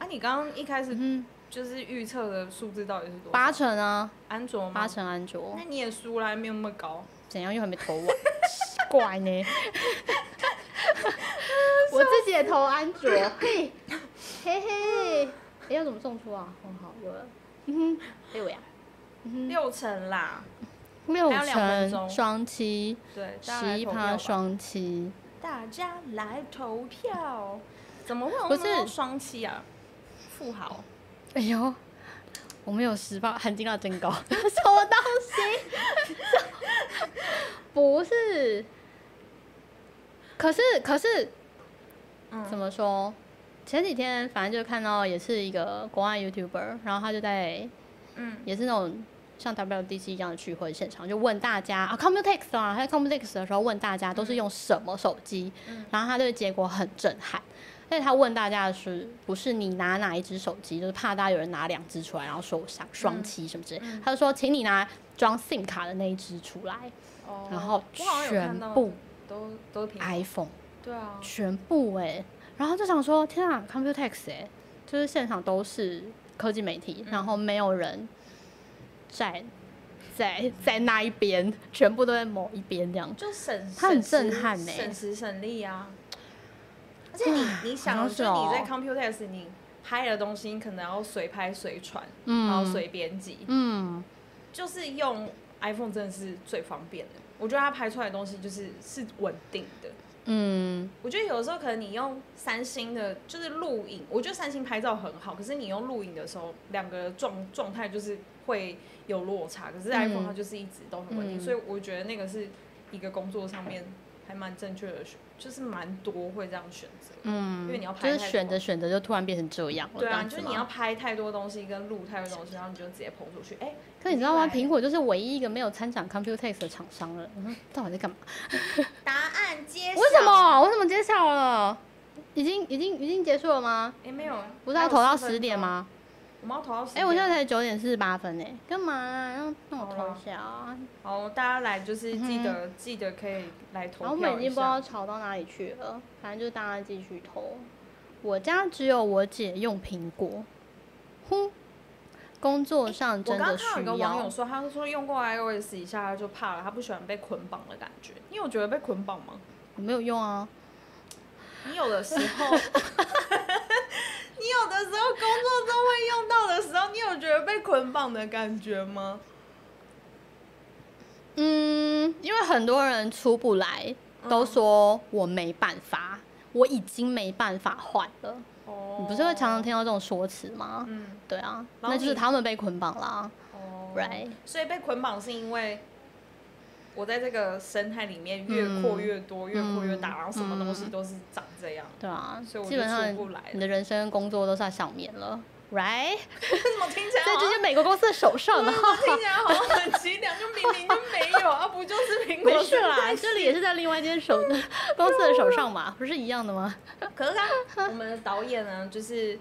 啊，你刚刚一开始
嗯，
就是预测的数字到底是多少？
八成啊，
安卓吗？
八。成安卓
那，你也输啦，没有那么高。
怎样又还没投完？ *laughs* 奇怪呢。我自己也投安卓，嘿，嘿嘿，哎，要怎么送出啊？很好，我，嗯哼，六呀，嗯
六成啦，
哼，六
还有两分钟
成双七，
对，大家来
十一
投票
趴
吧，
双七，
大家来投票。怎么会有
不
那
是
么多双七啊？富豪，
哎呦，我们有十八，含金量真高， *laughs* 什么东西？ *laughs* 不是，可是可是
嗯
怎么说？前几天反正就看到也是一个国外 YouTuber，然后他就在
嗯，
也是那种像 WDC 一样的聚会现场，就问大家啊，Commutex 啊，他在 Commutex 的时候问大家都是用什么手机，
嗯
然后他这个结果很震撼。但是他问大家的是不是你拿哪一只手机，就是怕大家有人拿两只出来，然后说我想双七什么之类，
嗯
他就说请你拿装 SIM 卡的那一只出来，
哦
然后
我好像有看
全
到
部
都都平，
iPhone。
对啊，
全部哎、然后就想说，天啊，Computex 哎、就是现场都是科技媒
嗯
体，然后没有人在在在那一边，全部都在某一边这样。
就省，
他很
省时
震撼欸
省时省力啊。而且你你想，
好
就是
像
是你在
哦
Computex 你拍的东西，你可能要随拍随传，然后
嗯
随编辑，
嗯，
就是用 iPhone 真的是最方便的。我觉得它拍出来的东西就是是稳定的。
嗯，
我觉得有的时候可能你用三星的，就是录影，我觉得三星拍照很好，可是你用录影的时候，两个状状态就是会有落差。可是 iPhone 它就是一直都很稳定，
嗯
所以我觉得那个是一个工作上面还蛮正确的选，就是蛮多会这样选择。嗯，因为你要
就
拍
是
太
选
多
着选着就突然变成这样了，
对
这
啊，
样
就是
子吗
你要。拍太多东西跟录太多东西，然后你就直接捧出去。哎、
可你知道吗？
出来
苹果就是唯一一个没有参展 Computex 的厂商了。嗯，到底在干嘛？
答案揭
为什？么？我怎么揭晓了？已经已经已经结束了吗？
哎、没有，
不是要投到
还有
十点吗？
四分钟？我们要投到十
哎、
点。
我现在才九点四十八分呢、干嘛啊？让让我
好
投
啦
一下啊！
好，大家来就是记得、记得可以来投
嗯
票一
然后
下。
我们已经不知道吵到哪里去了，反正就大家继续投。我家只有我姐用苹果，哼，工作上
我
真
刚
的
刚看到有个
需
网
要
友。说，他说用过 iOS 一下他就怕了，他不喜欢被捆绑的感觉。你有觉得被捆绑吗？
我没有用啊，
你有的时候，你有的时候工作中会用到的时候，你有觉得被捆绑的感觉吗？
嗯，因为很多人出不来，
嗯
都说我没办法，我已经没办法换了。
哦
你不是会常常听到这种说辞吗？
嗯
对啊，
然后
那就是
你
他们被捆绑
哦
啦。Right
所以被捆绑是因为我在这个生态里面
嗯
越扩越多，越扩越大，然后什么东西都是长这样。 *laughs*
对啊，
所以我
基
就
本上
出不来
你的人生工作都是在上面了
怎
，right？
么听起来
在
好
这
像
些美国公司的手
啊
上了，哈
听
哈。
起来好像很凄凉，就明明就没有啊，不就是苹果
*laughs* 没事啦，这里也是在另外一间 *laughs* 手公司的手上嘛，不是一样的吗？
可是他，我们的导演呢，就是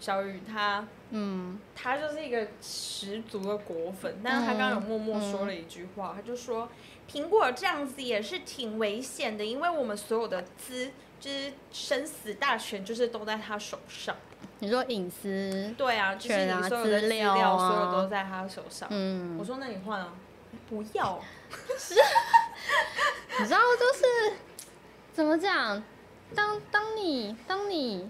小雨他，
嗯，
他就是一个十足的果粉，但是他刚刚有默默说了一句话，他就说苹果这样子也是挺危险的，因为我们所有的资就是生死大权就是都在他手上。
你说隐私，
对啊，就是
权
你
啊
所有的
资
资
料
料，
啊
所有都在他手上。
嗯
我，说那你换啊，不要，
你知道就是怎么讲？当当你当你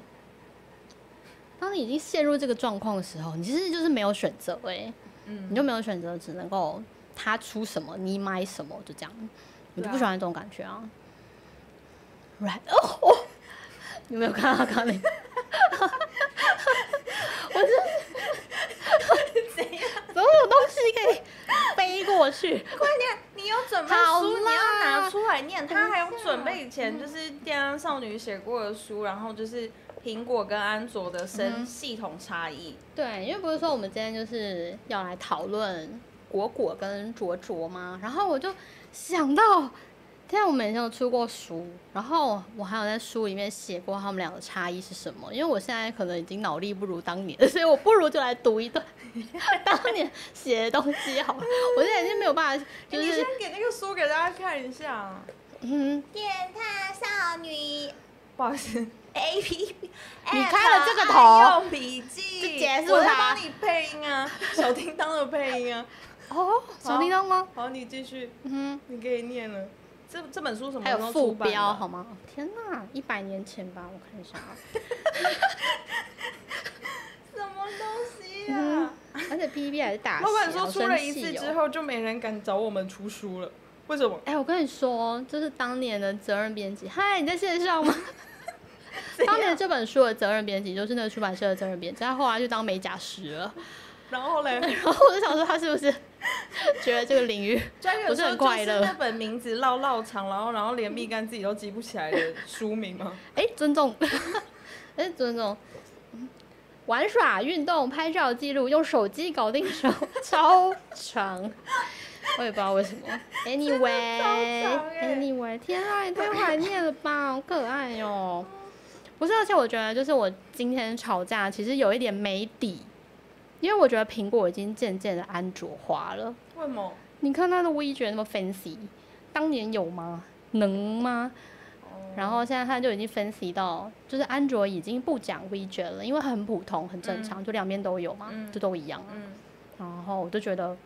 当当你已经陷入这个状况的时候，你其实就是没有选择哎、
嗯
你就没有选择，只能够他出什么你买什么，就这样，我就
对啊
不喜欢这种感觉啊。Right，哦哦，你没有看到刚 *laughs* 那个， *laughs*
怎样？
怎么有东西可以飞过去？
快点，你有准备
好
书，你
啦
要拿出来念。
等一
他还有
下嗯
准备以前就是电安少女写过的书，然后就是苹果跟安卓的
嗯
生系统差异。
对，因为不是说我们今天就是要来讨论果果跟卓卓吗？然后我就想到，天啊，我们以前有出过书，然后我还有在书里面写过他们俩的差异是什么。因为我现在可能已经脑力不如当年，所以我不如就来读一段当年写的东西好了。我现在已经没有办法，就
哎你
是
先给那个书给大家看一下。
嗯，
电探少女
不好意 *laughs* 思，
A P P，
哎
你开了这个头
爱用笔
就
记，
结束它
我在帮你配音啊，小叮当的配音啊。 *laughs*
哦，小叮当吗？
好，你继续，
嗯，
你可以念了。这这本书什么
还
时
有
候
副
出版
标
的？
好吗？天哪，一百年前吧，我看
*laughs*
一下啊。
什么东西啊呀、
嗯而且 P P 还是大写，
老板说
好
出
生
了一
气
次
哦
之后就没人敢找我们出书了，为什么？
哎、我跟你说，就是当年的责任编辑，嗨，你在线上吗？当年这本书的责任编辑就是那个出版社的责任编辑，他后来就当美甲师了。 *laughs*
然后嘞，
然后我就想说，他是不是觉得这个领域
专
不
有
是
时候
很
就
快
是
乐
那本名字绕绕长，然后然后连蜜柑自己都记不起来的书名吗？
哎、尊重， *laughs* 哎、尊重。玩耍、运动、拍照记录，用手机搞定手， *laughs* 超长。我也不知道为什么。
长欸
Anyway，Anyway，、天啊，也太怀念了吧，好可爱哟、不是，而且我觉得就是我今天吵架其实有一点没底，因为我觉得苹果已经渐渐的安卓化了。
为什么？
你看它的微觉那么 fancy，当年有吗？能吗？然后现在它就已经分析到，就是安卓已经不讲 widget 了，因为很普通、很正常，就两边都有嘛，
嗯
就都一样。
嗯
然后我就觉得，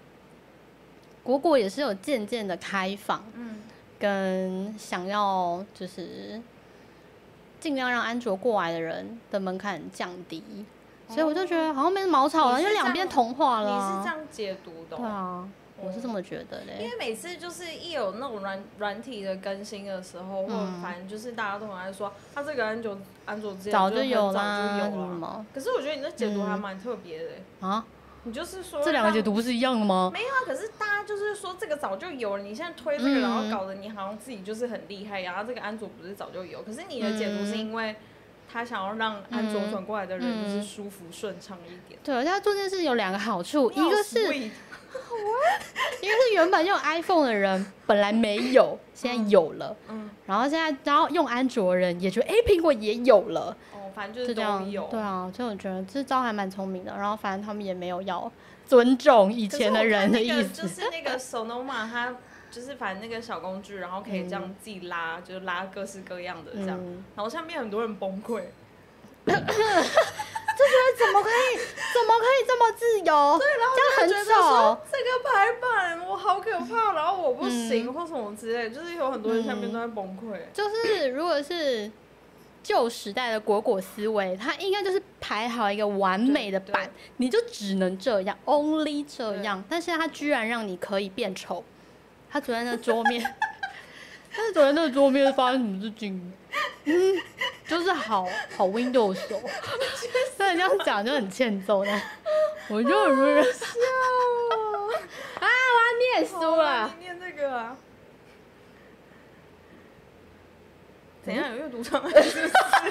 果果也是有渐渐的开放，
嗯
跟想要就是尽量让安卓过来的人的门槛降低，所以我就觉得好像没什么好吵了，
你
因
是
为两
这
边
样
同化了
你是这
啊。
样解读的
对
哦、
啊，我是这么觉得
因
嘞。
为每次就是一有那种软软体的更新的时候，或
嗯
者反正就是大家都很爱说，它这个安卓安卓之前
早
就很
有
早
啦，
就有
什么什
了。
么
可是我觉得你的解读还
嗯
蛮特别的、欸
啊？
你就是说
这两个
让
解读不是一样的吗？
没有啊，可是大家就是说这个早就有了，你现在推这个，
嗯
然后搞得你好像自己就是很厉害，然后这个安卓不是早就有，可是你的解读是因为他想要让安卓转过来的人
嗯
就是舒服顺畅一点。
对，而且它做这件事有两个好处，
你好
一个是
sweet
一个是原本用 iPhone 的人本来没有，现在有了，
嗯
然后现在然后用安卓的人也觉得哎，诶苹果也有了，
哦，反正就
就是这
都
样。
有。
对啊，所以我觉得这招还蛮聪明的。然后反正他们也没有要尊重以
可是
前的
我看
人的
那个
意
就
思。
是那个 Sonoma *laughs* 它。就是反正那个小工具，然后可以这样自己拉，就是拉各式各样的这样，
嗯
然后下面很多人崩溃， *laughs*
怎么可以？怎么可以这么自由？对，
然后
这
我就
样
觉
很
得说
丑。
这个排版我好可怕，然后我不
嗯
行、或什么之类，就是有很多人下面都在崩溃。
就是如果是旧时代的果果思维，它应该就是排好一个完美的版
对，
你就只能这样，only 这样。但现在它居然让你可以变丑，它昨天的桌面， *laughs* 但是昨天那个桌面发生什么事情？嗯，就是好好 Windows 哦，
*laughs*
所以你这样讲就很欠揍的。我就如人
哦
*laughs* 啊，我要念书
好
了
啊，。你念这个啊？怎样有阅读障碍是
*laughs*
不是啊？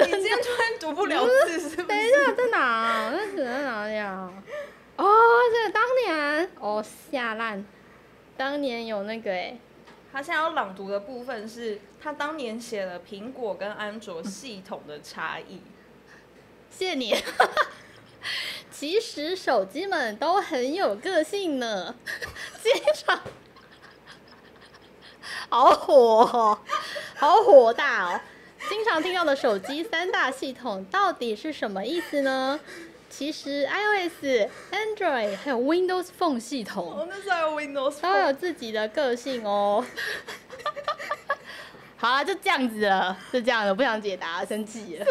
你今天突然读不了字是不
等一
是？
下，在哪啊？那写在哪里啊？哦，这个当年哦下烂，当年有那个哎、
他现在要朗读的部分是他当年写了苹果跟安
嗯
卓系统的差异。
谢谢你。 *laughs* 其实手机们都很有个性呢， *laughs* 经常好火、哦，好火大哦！经常听到的手机三大系统到底是什么意思呢？其实 iOS、Android 还有 Windows Phone 系统
我哦那时候还有 Windows
都有
Phone，
自己的个性哦。 *laughs* 好啦，就这样子了，就这样了，不想解答，生气了。
没有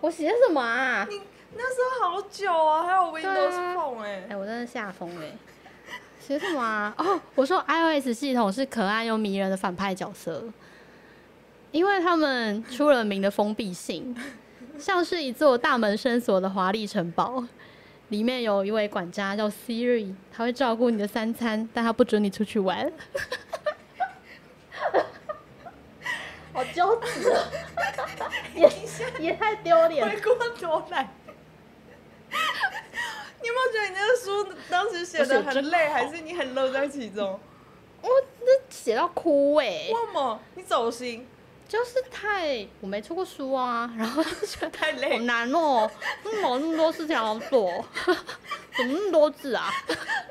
我写什么啊？
哦你那时候好久啊，还有 Windows
啊
Phone 哎、
哎、我真的吓疯了欸。写什么啊？ *laughs* 哦，我说 iOS 系统是可爱又迷人的反派角色，因为他们出了名的封闭性，像是一座大门深锁的华丽城堡，里面有一位管家叫 Siri，他会照顾你的三餐，但他不准你出去玩。 *laughs* 好纠结，哦 *laughs* 也也太丢脸了
回。过头来， *laughs* 你有没有觉得你那个书当时写的很累，还是你很乐在其中？
我这写到哭哎、
为什么？你走心
就是太我没出过书啊，然后就觉得
太
好
累，
难哦、为什么有那么多事情要做？怎么那么多字啊？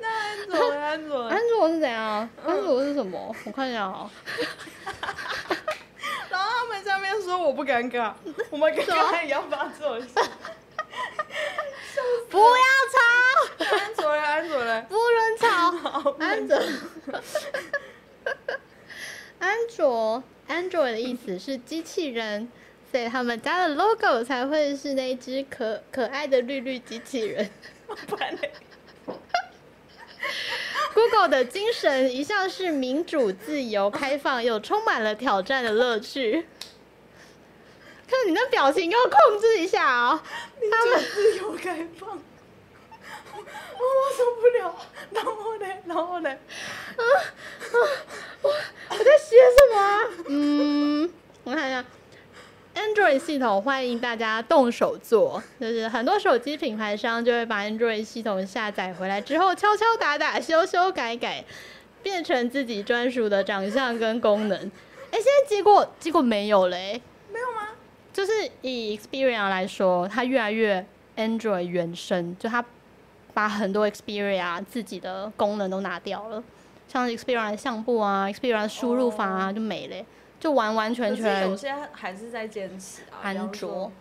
安卓安卓
安，卓是怎样？安卓是什么？我看一下哦、
然后他们下面说我不尴尬，我们跟刚才一样发作。
不要吵，
安卓嘞，安卓嘞，
不准吵。
好
安卓， *laughs* 安卓，Android 的意思是机器人，所以他们家的 logo 才会是那一只可可爱的绿绿机器人。
不然嘞，
Google 的精神一向是民主、自由、开放，又充满了挑战的乐趣。看你那表情，给我控制一下啊、
你就自由开放，我我受不了。然后嘞，然后嘞，
啊我在写什么啊、嗯，我看一下。Android 系统欢迎大家动手做，就是很多手机品牌商就会把 Android 系统下载回来之后，敲敲打打、修修改改，变成自己专属的长相跟功能。哎、现在结果结果没有嘞、
没有吗？
就是以 Xperia 来说，它越来越 Android 原生，就它把很多 Xperia 自己的功能都拿掉了，像 Xperia 的相簿啊、Xperia 的输入法啊
哦
就没了、就完完全
可是有
全
些还是在坚持啊，比
安
方说
卓，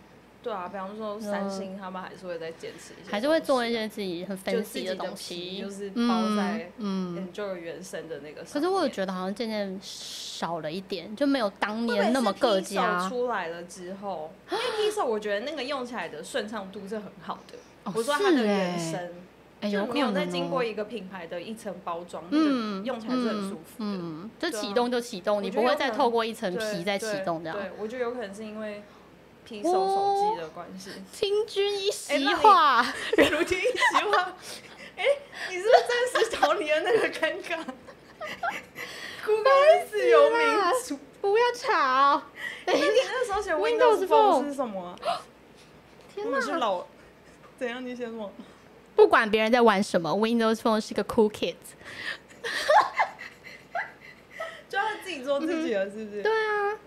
对啊，比方说三星，他们还是会再坚持一些，
嗯还是会做一些自己很
啊就
fancy
自己
的
的
东
皮
西，
就是包
嗯
在
嗯。
Enjoy 原生的那个上面。
可是我有觉得好像渐渐少了一点，就没有当
会不会
年
是
那么各
P
家
手。出来了之后，因为 P 手我觉得那个用起来的顺畅度是很好的。
哦
我说它的
是
原
欸
生，
哎、
就
可
没有
能
再经
哦
过一个品牌的一层包装，那
嗯
个用起来是很舒服的。
嗯，就
对啊
启动就启动，
我
你
觉
不
得
会
有
再
可
透
能
过一层
对
皮再启
对
动这样。哦
对，我觉得有可能是因为 P 手手机的关系。
听君一
哎那
席
你
话，
如今一席话，哎、你是不是暂时逃离了那个尴尬？酷盖自由民主。
不要
*laughs*
吵！ *laughs*
那哎你那时候写 Windows
Windows Phone
Phone 是什么啊？
天
我们是
哪！
老，怎样？你写什么？
不管别人在玩什么，Windows Phone 是个 cool kid。
就他自己做自己了，是不是？
嗯对啊，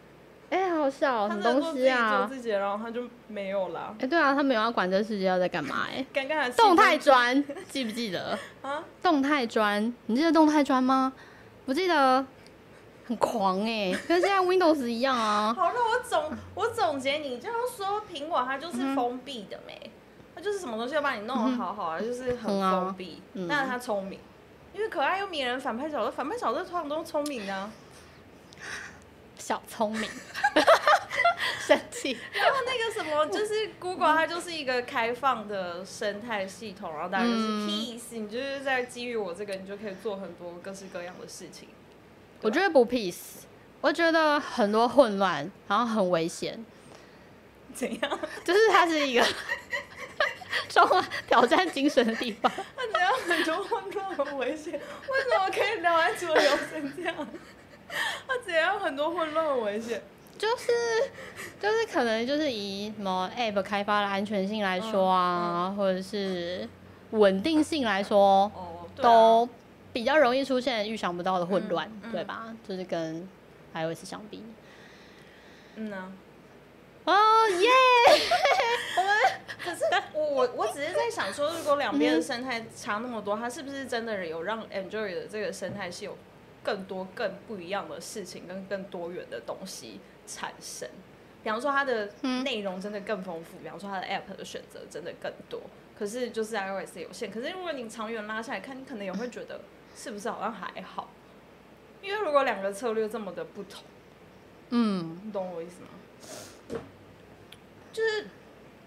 哎、好笑，
他
什么
在做
东
自
西
己做
啊？
自己，然后他就没有啦
哎、。对啊，他们有要管这世界要在干嘛、哎，
尴尬的
动态 *laughs* 砖记不记得？
啊，
动态砖，你记得动态砖吗？不记得，很狂哎、跟现在 Windows 一样啊。
好了，那我总我总结你这样说，苹果它
嗯
就是封闭的没，它就是什么东西要把你弄得好好啊，就是很
嗯啊
封闭。
嗯
但是它聪明，因为可爱又迷人，反派角色，反派角色通常都聪明啊。
小聪明， *laughs* 生气。
然后那个什么，就是 Google 它就是一个开放的生态系统，然后大家就是
嗯
peace，你就是在基于我这个，你就可以做很多各式各样的事情。
我觉得不 peace，我觉得很多混乱，然后很危险，
怎样？
就是它是一个 *laughs* 充满挑战精神的地方。
他怎样很多混乱很危险？为什么可以聊安卓聊成这样？他怎样很多混乱很危险？
就是就是可能就是以什么 app 开发的安全性来说啊，
嗯
或者是稳定性来说，
哦，对啊
都比较容易出现预想不到的混乱，
嗯嗯
对吧？就是跟 iOS 相比。
嗯呐、
哦耶！ *laughs*
可是我我我只是在想说，如果两边的生态差那么多，它是不是真的有让 Android 的这个生态系有更多更不一样的事情跟更多元的东西产生？比方说它的内容真的更丰富，比方说它的 App 的选择真的更多。可是就是 iOS 有限，可是如果你长远拉下来看，你可能也会觉得是不是好像还好？因为如果两个策略这么的不同，
嗯，
你懂我意思吗？就是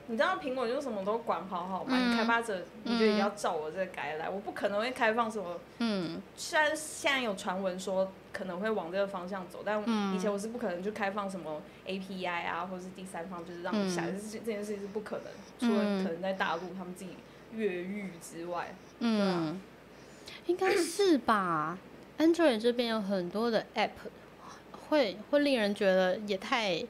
你知道苹果就什么都管好好嘛，
嗯
你开发者你就也要照我这个改来，我不可能会开放什么。
嗯
虽然现在有传闻说可能会往这个方向走，但
嗯
以前我是不可能去开放什么 API 啊，或者是第三方，就是让你下，
嗯
这这件事情是不可能。除了可能在大陆他们自己越狱之外，
嗯，应该是 *clears throat* 吧。Android 这边有很多的 App，会会令人觉得也太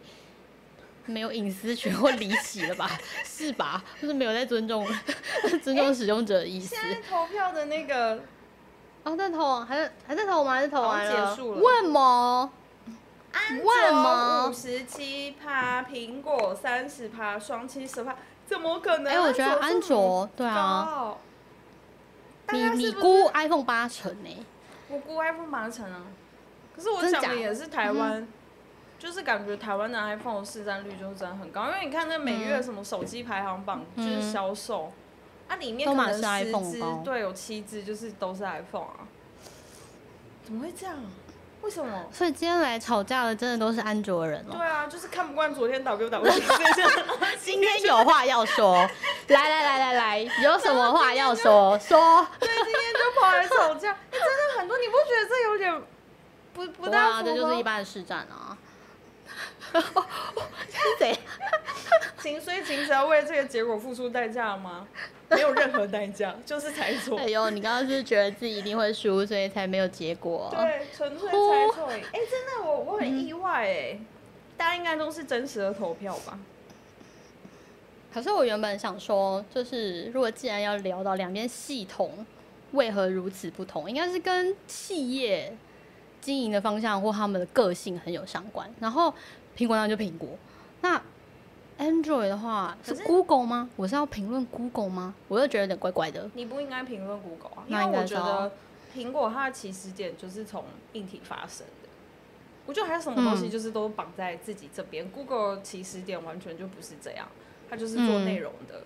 没有隐私权或离奇 *laughs* 了吧？是吧？就是没有在尊重 *laughs* 尊重使用者的意思
现。在投票的那个
哎哦，在投还在还在投吗？还是投
好像
完了？
结束了
问吗？问
吗？
吗
五？十七趴，苹果三十趴，双七十趴，怎么可能？
哎、我觉得安
卓
卓对
这么
啊，
高，哦大
你
家
你
是不是
估 iPhone 八成欸呢、
我估 iPhone 八成啊，可是我
真
想
假嗯
的也是台湾，就是感觉台湾的 iPhone 市占率就是真的很高，因为你看那每月什么手机排行榜就
嗯
是销售，啊里面
都
可
满
能
是
十
iPhone
只
包
对有七只就是都是 iPhone 啊，怎么会这样？为什么？
所以今天来吵架的真的都是安卓人哦
对。啊，就是看不惯昨天导给我导过去，所以就
今天有话要说，
*laughs*
来来来来来，有什么话要说说？
对今天就跑来吵架，哎真的很多，你不觉得这有点不不
会
大
*laughs* 啊，
符合？
这就是一般的市占啊。是谁？
情所以情只要为这个结果付出代价吗？没有任何代价，就是猜错
哎。呦，你刚刚是不是觉得自己一定会输，所以才没有结果？
对，纯粹猜错而已。哎、真的，我我很意外哎、大家应该都是真实的投票吧？
可是我原本想说，就是如果既然要聊到两边系统为何如此不同，应该是跟企业经营的方向或他们的个性很有相关。然后苹果那就苹果，那 Android 的话是
可是
Google 吗？我是要评论 Google 吗？我又觉得有点怪怪的。
你不应该评论 Google 啊，因
那
为
应该
我觉
是
得
哦
苹果它的起始点就是从硬体发生的。我觉得还有什么东西
嗯
就是都绑在自己这边、g o o g l e 起始点完全就不是这样，它就是做内容的。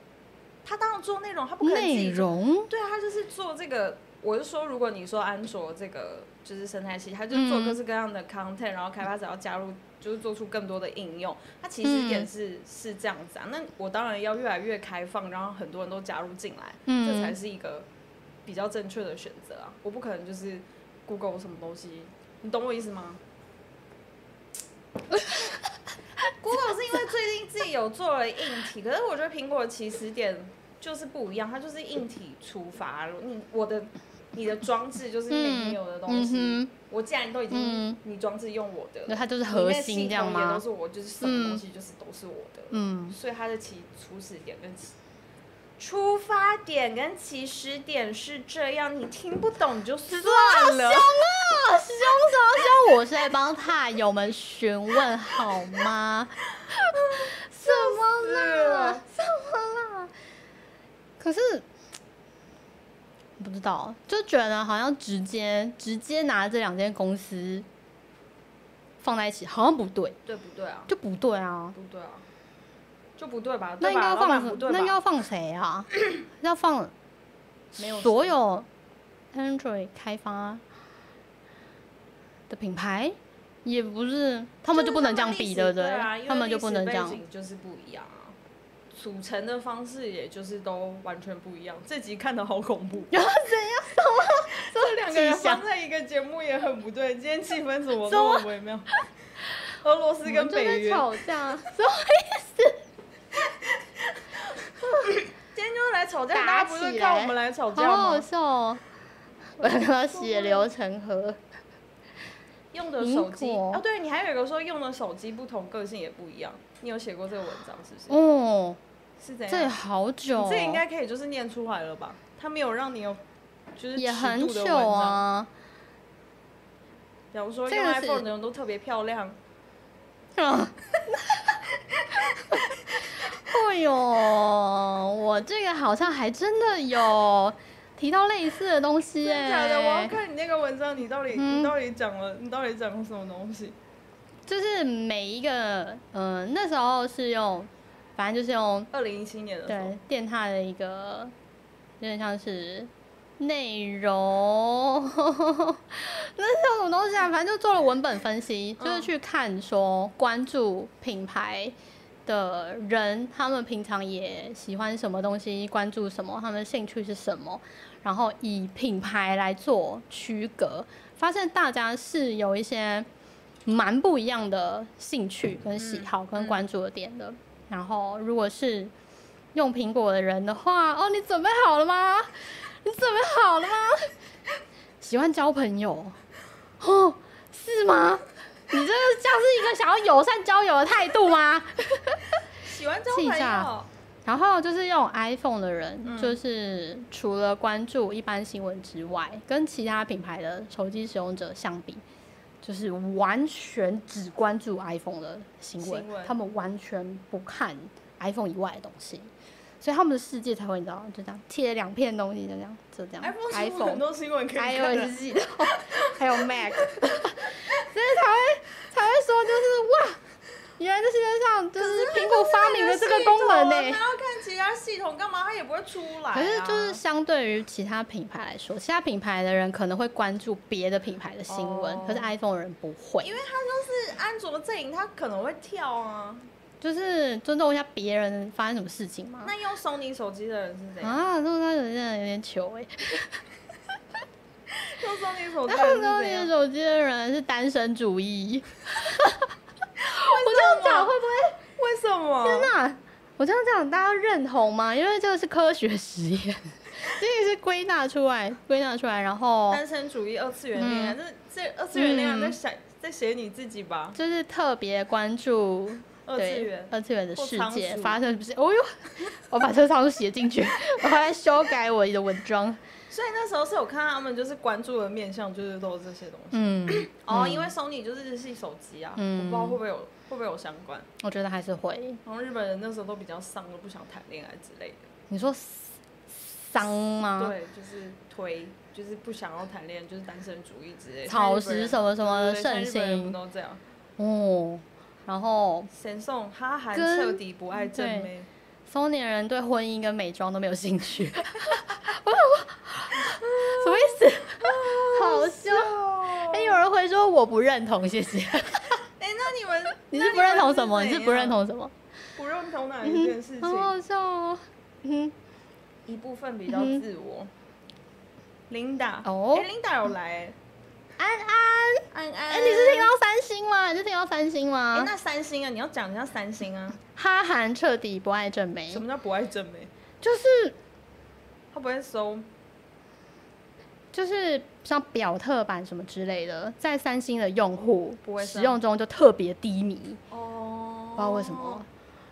它当然做内容，它不可能自
内
己做
容，
对啊，他就是做这个。我是说，如果你说安卓这个就是生态系，它就是做
嗯
各式各样的 content，、然后开发者要加入，就是做出更多的应用。它其实
嗯
点是、是这样子啊。那我当然要越来越开放，然后很多人都加入进来，
嗯
这才是一个比较正确的选择啊。我不可能就是 Google 什么东西，你懂我意思吗 *laughs* ？Google 是因为最近自己有做了硬体，可是我觉得苹果的起始点就是不一样，它就是硬体出发。你我的你的装置就是
嗯
你有的东西，
嗯哼
我既然都已经、
嗯
你装置用我的
那
了，
它就是
里
核
面
心
系
这样
统也都
吗？
是我，就是什么东西就是都是我的。
嗯，
所以它的起初始点跟起出发点跟起始点是这样，你听不懂就算了。
啊，凶什么凶？啊 *laughs* 我是在帮踏友们询问好
*laughs*
吗？什么
啊
啦？什么啦？可是不知道，就觉得好像直接直接拿这两间公司放在一起，好像不对，
对不对啊？
就不对啊。
不对啊，就不对吧？
那
对
应该
吧
要
老板
放
不对吧？
那应该要放谁
*coughs*
啊？要放
没有
所有 Android 开发的品牌，也不是他们就不能这样比，
就是
对
他们
不
历史对啊因为
他们就不能
历
这
史背
样。
景就是不一样啊。组成的方式也就是都完全不一样，这集看的好恐
*laughs*
怖。
然后 *laughs* 怎样？
这两个人
气象
放在一个节目也很不对，今天气氛怎么
怎么
那么微
*laughs*
妙？俄罗斯跟
就在
北约，
吵 *laughs* 架，所以
今天就是来吵架，大家
打
不
起
是看
来
我们来吵架
好好
吗？
笑哦！ *laughs* 我要血流成
*laughs*
河。
啊用的手机
苹果
哦，对你还有一个说用的手机不同，个性也不一样。你有写过这个文章是不是？
哦，
是怎
这也
样？
好久、哦
你，这应该可以就是念出来了吧？他没有让你有就是
也
尺
很
度的
久
文章。
啊。
比方说
这
用
个是
iPhone 的人都特别漂亮，
*laughs* 嗯，哎呦，我这个好像还真的有提到类似的东西
真的假
哎、
的？我要看你那个文章，你到底
嗯
你到底讲了你到底讲了什么东西？
就是每一个，嗯、那时候是用，反正就是用
二零一七年的时候
对，电塔的一个，有点像是内容，那是什么东西
嗯
啊？反正就做了文本分析，就是去看说关注品牌的人，他们平常也喜欢什么东西，关注什么，他们兴趣是什么，然后以品牌来做区隔，发现大家是有一些蛮不一样的兴趣跟
嗯
喜好跟关注的点的。然后如果是用苹果的人的话，哦，你准备好了吗？你准备好了吗？喜欢交朋友，哦，是吗？你这个像是一个想要友善交友的态度吗？
喜欢交
气
朋
炸
友，
然后就是用 iPhone 的人，
嗯
就是除了关注一般新闻之外，跟其他品牌的手机使用者相比，就是完全只关注 iPhone 的新闻，
新闻
他们完全不看 iPhone 以外的东西，所以他们的世界才会你知道，就这样贴两片东西，就这样，就这样
iPhone 新闻很多新闻可以看的
iOS 系统，还有 Mac，所 *laughs* 以才会才会说就是哇，原来这世界上就是苹果发明了这个功能呢、欸
他要看其他系统干嘛？他也不会出来、啊。
可是就是相对于其他品牌来说，其他品牌的人可能会关注别的品牌的新闻，
哦
可是 iPhone 的人不会，
因为他就是安卓阵营，他可能会跳啊。
就是尊重一下别人发生什么事情嘛。
那用 Sony 手机的人是怎样？
啊，那他有点有点糗哎、
用 Sony
*laughs*
手机
那
的人是
很
怎
多的
样？
手机的人是单身
*laughs*
主义，
我
这样讲会不会？
为什么？
天哪！我这样讲，大家认同吗？因为这个是科学实验，
*laughs*
这个是归纳出来，归纳出来，然后
单身主义、二次元恋爱，
嗯
这这二次元恋爱在想在写你自己吧？
就是特别关注
二次
对
元，
二次元的世
或
界
仓鼠
发生什么事？哦呦， *laughs* 我把这个仓鼠写进去， *laughs* 我还来修改我的文章。
所以那时候是有看到他们就是关注的面向，就是都是这些东西。
嗯，
哦，因为 Sony 就是日系手机啊，
嗯
我不知道会不会有会不会有相关。
我觉得还是会。
然后日本人那时候都比较丧，都不想谈恋爱之类的。
你说丧吗？
对，就是推，就是不想要谈恋爱，就是单身主义之类的。
草
像日本人
食什么什么的
对对对像日
盛
本人
行
不都这样？
哦，然后
神送哈韩
跟
彻底不爱正妹，
中年人对婚姻跟美妆都没有兴趣。 *laughs* 我想说，什么意思？好凶！哎、有人会说我不认同，谢 *laughs* 谢。
哎、那你们
你
那
是
们
不认同什么？你
怎
是不认
样
同什么？
不认同哪一件事情？
好好笑哦。嗯，
一部分比较
嗯哼
自我。Linda
哦
哎，Linda 有来、欸，
安安。
安安，
哎、你是听到三星吗？你是听到三星
哎、
吗？
那三星啊，你要讲一下三星啊，
哈韩彻底不爱正妹
什，么叫不爱正妹？
就是
他不会收
就是像表特版什么之类的，在三星的用户
不会上
使用中就特别低迷，
哦
不知道为什么。。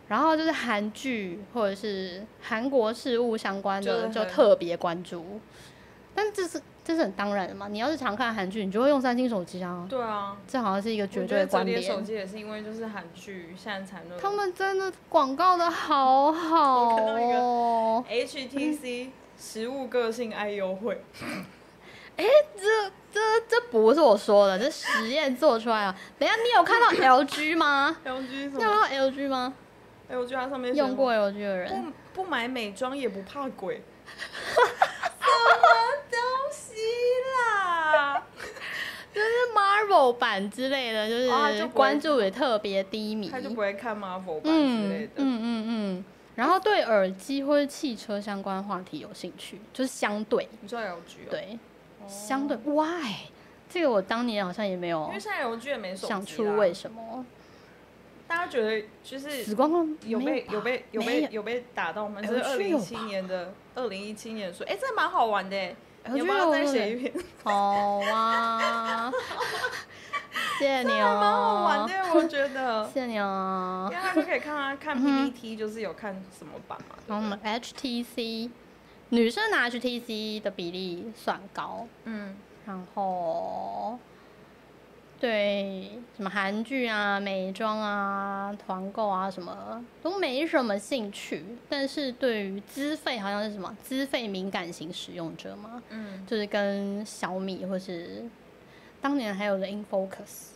然后就是韩剧或者是韩国事务相关的
就
就是
很
特别关注，但这是这是很当然的嘛。你要是常看韩剧，你就会用三星手机啊，
对啊，
这好像是一个
我
绝
觉
对
得
的观
折叠
点。
手机也是因为就是韩剧现在才能
他们真的广告的好好
我看到一个
哦，
HTC 食物个性爱优惠，
这这这不是我说的，这实验做出来了。等一下，你
*laughs*
有看到 LG 吗？
LG 什么
你有看到 LG 吗？
？LG 它上面写
用过 LG 的人，
不不买美妆也不怕
*laughs*
鬼，什么东西啦？
就是 Marvel 版之类的，就
哦他
是
就不会
关注也特别低迷。
他就不会看 Marvel 版之类
嗯嗯
的。
嗯嗯，然后对耳机或者汽车相关话题有兴趣，就是相对
你知道 LG 哦？，
对相对 Why？这个我当年好像也没有
因为现在 LG 也没手机啦啊
想出为什么。
大家觉得就是
紫光光
有
没
被有
吧
被有
没
被有被打到吗？就是二
LG
零
有
一
吧
七年的二零一七年说，哎、这蛮好玩的、欸，你要不
LG
要
有
再
那
写一
个
篇？
好啊，谢谢你
蛮好玩
哦
的，，我觉
*laughs*
得
谢。谢你哦
因。为他就可以看啊，看 PPT，就是
嗯
有看什么版嘛，对
然后我
不对
们 HTC 女生拿 HTC 的比例算高，
嗯，
然后对什么韩剧啊、美妆啊、团购啊什么都没什么兴趣，但是对于资费好像是什么资费敏感型使用者嘛，
嗯，
就是跟小米或是当年还有的 InFocus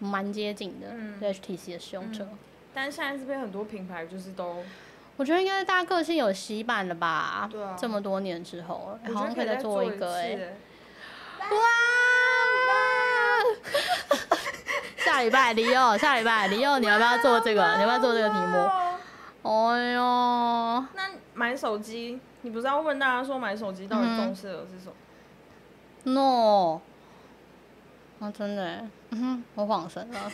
蛮接近的，
嗯
对 HTC 的使用者。
但现在这边很多品牌就是都，
我觉得应该大家个性有洗版了吧？
对啊
这么多年之后，
我
好
觉
像
得
可以
再
做
做
一个哎、
哎、
*laughs* 哇！下礼拜李佑，下礼拜李佑，你要不要做这个？你要不要做这个题目？哎
哇买手机，你不是要问大家说买手机到
嗯
底重视的是什么？
No，啊，真的耶，嗯哼，我晃神了。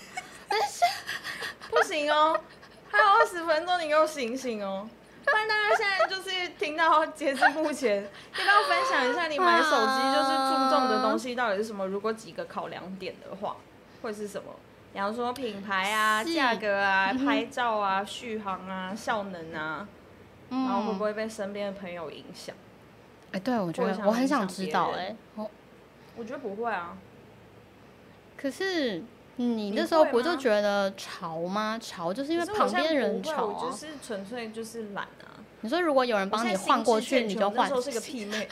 不行哦，还有二十分钟，你给我醒醒哦。不然大家现在就是听到截至目前，要不要分享一下你买手机就是注重的东西到底是什么？如果几个考量点的话，会是什么？比方说品牌啊、
是
价格啊、拍照啊、续航啊、效能啊，
嗯，
然后会不会被身边的朋友影响？
哎、对我觉
会
得
想
我很
影响
想知道
别
哎、
人
我
我觉得不会啊，
可是你
你
那时候
会
不就
吗
觉得潮吗？潮就是因为
可是我
旁
现在
边人
不会
潮
我就
啊。
是纯粹就是懒啊。
你说如果有人帮
我
你
现在
换过
心智健
去，你
全
就
我那
换
时。候是个屁
*laughs*
妹。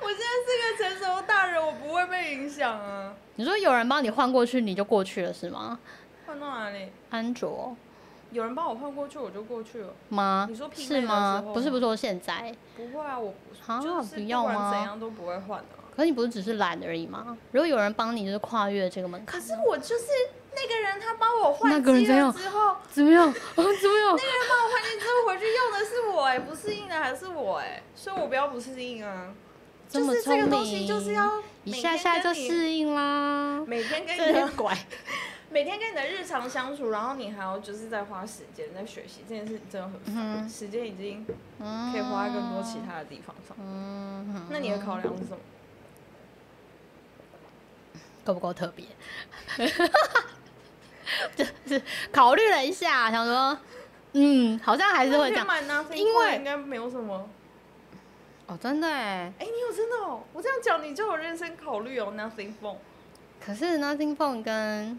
我现在是个成熟大人，我不会被影响啊。
你说有人帮你换过去，你就过去了是吗？
换到哪里？
安卓
有人帮我换过去，我就过去了。
吗？
你说屁妹
是
的
吗
时候？
不是，
吗
不是说现在。
不会啊，我
啊
就是
不
不
要吗
管怎样都不会换的啊、
可是你不是只是懒而已吗？如果有人帮你，就是跨越这个门槛
可。是我就是那个人，他帮我
那
换
个人
机
怎样
了之后，
怎么样？啊，怎么样？
那个人帮我换机之后回去用的是我哎、不适应的还是我哎、所以我不要不适应啊。
*laughs* 这
就
么
是这
聪
个东西就是
明
要
一
每
下
天
下
跟
就
你
适应啦。
每天跟
这
你的
些拐，
*laughs* 每天跟你的日常相处，然后你还要就是在花时间在学习，这件事真的很烦。
嗯
时间已经
可
可以花在更多其。他的地方上。
嗯，
那你的考量是什么？
够不够特别？ *laughs* 就是考虑了一下，想说，嗯，好像还是会这样。
买 nothing
因为
应该没有什么。
哦，真的哎。
哎、你有真的哦？我这样讲你就有认真考虑哦，nothing phone。
可是 Nothing Phone 跟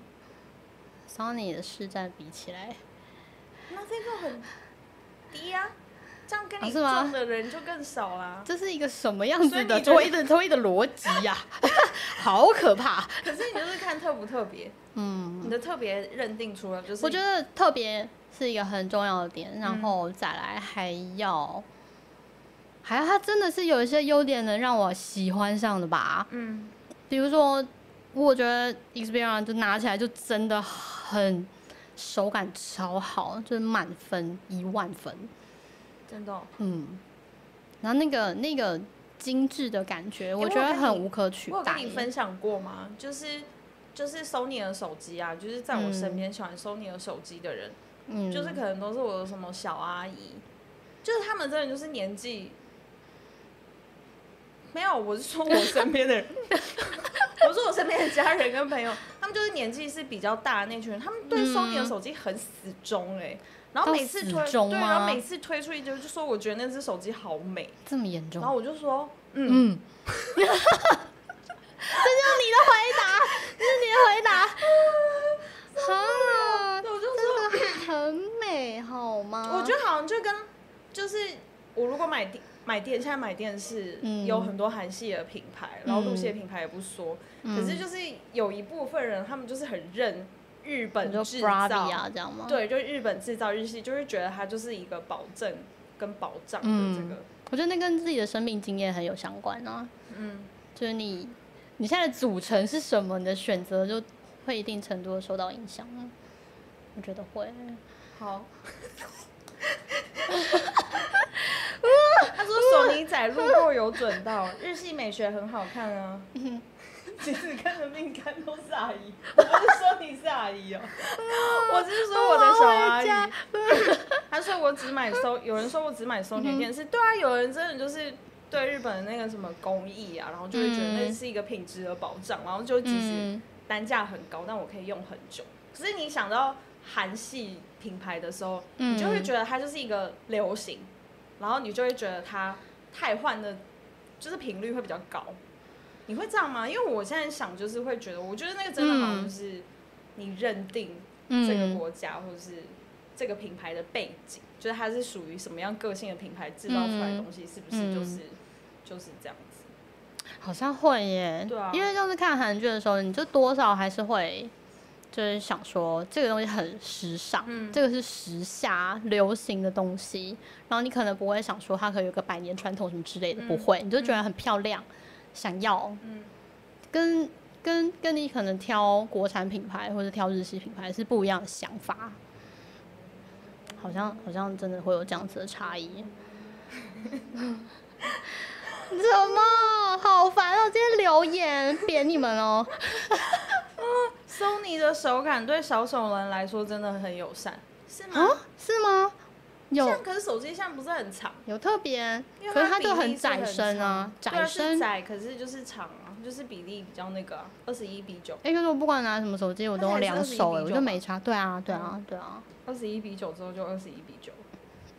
Sony 的市占比起来，
nothing phone 很低啊，这样跟
啊
你
是吗
撞的人就更少啦。
这是一个什么样
所
子
以
的
你觉得
推的推的逻辑啊呀、 *laughs* 好可怕。
可是你就是看特不特别，
嗯，
你的特别认定除了就是
我觉得特别是一个很重要的点，然后再来还要，还要它真的是有一些优点能让我喜欢上的吧。
嗯
比如说，我觉得 Xperia 就拿起来就真的很手感超好，就是满分一万分。
真的哦、
嗯，然后那个那个精致的感觉，我
哎我
觉
有
得
跟你
很无可取
我有
代
跟。你分享过吗？就是就是 Sony 的手机啊，就是在我身边喜欢 Sony 的手机的人，
嗯，
就是可能都是我的什么小阿姨，就是他们真的就是年纪没有，我是说我身边的
*laughs*
人，我说我身边的家人跟朋友，他们就是年纪是比较大的那群人，他们对
嗯
Sony 的手机很死忠哎、然后
到
每次
死
推
忠
对，然
吗
后每次推出一就就说我觉得那只手机好美，
这么严重
然。后我就说嗯
嗯， *laughs* 这就是你的回答，这是你的回
*laughs*
答。啊，
我就说
这个很美好吗？
我觉得好像就跟就是我如果买电买电，现在买电视、
嗯
有很多韩系的品牌，然后陆系的品牌也不说，
嗯
可是就是有一部分人他们就是很认日本
你说
制
b r a v i
造，
啊，这样吗？，
对，就日本制造日系，就是觉得它就是一个保证跟保障的这个，
我觉得那跟自己的生命经验很有相关啊。
嗯，
就是你你现在的组成是什么，你的选择就会一定程度的受到影响啊。我觉得会。
*laughs* 好。他说：“索尼仔路过有准到， *laughs* 日系美学很好看啊。 *laughs* 其实看的命干都是阿姨，我不是说你是阿姨哦， *laughs* 我只是说我的小阿 *laughs* 姨。他说我只买收，有人说我只买收年电视，对啊，有人真的就是对日本的那个什么工艺啊，然后就会觉得那是一个品质的保障，然后就即使
嗯，
单价很高，但我可以用很久。可是你想到韩系品牌的时候，
嗯
你就会觉得它就是一个流行，然后你就会觉得它汰换的，就是频率会比较高。你会这样吗？因为我现在想，就是会觉得，我觉得那个真的好像就是你认定这个
嗯，
国家、或者是这个品牌的背景，就是它是属于什么样个性的品牌制造出来的
嗯
东西，是不是就是、就是这样子？
好像会耶。
对啊
因为就是看韩剧的时候，你就多少还是会就是想说这个东西很时尚，
嗯
这个是时下流行的东西，然后你可能不会想说它可以有个百年传统什么之类的，
嗯
不会，你就觉得很漂亮，想要
嗯，
跟跟跟你可能挑国产品牌或者挑日系品牌是不一样的想法。好像好像真的会有这样子的
*laughs*
差异。怎么好烦哦！这些留言扁你们
*laughs*
哦。
Sony 的手感对小手人来说真的很友善，是吗？
啊，是吗？有
像可是手机现在不是很长，
有特别
因，为
可是
它
它就
比例
很
是
窄
很
身啊，
对啊
窄
是
身。
窄，可是就是长啊，就是比例比较那个啊二十一比九，
哎、可是我不管拿什么手机，我
它
都
才
用
是
两
21
手、哎，
比
我
九
就
吧嗯
没差。对啊，对啊，对啊。
二十一比九之后就二十一比九。
哦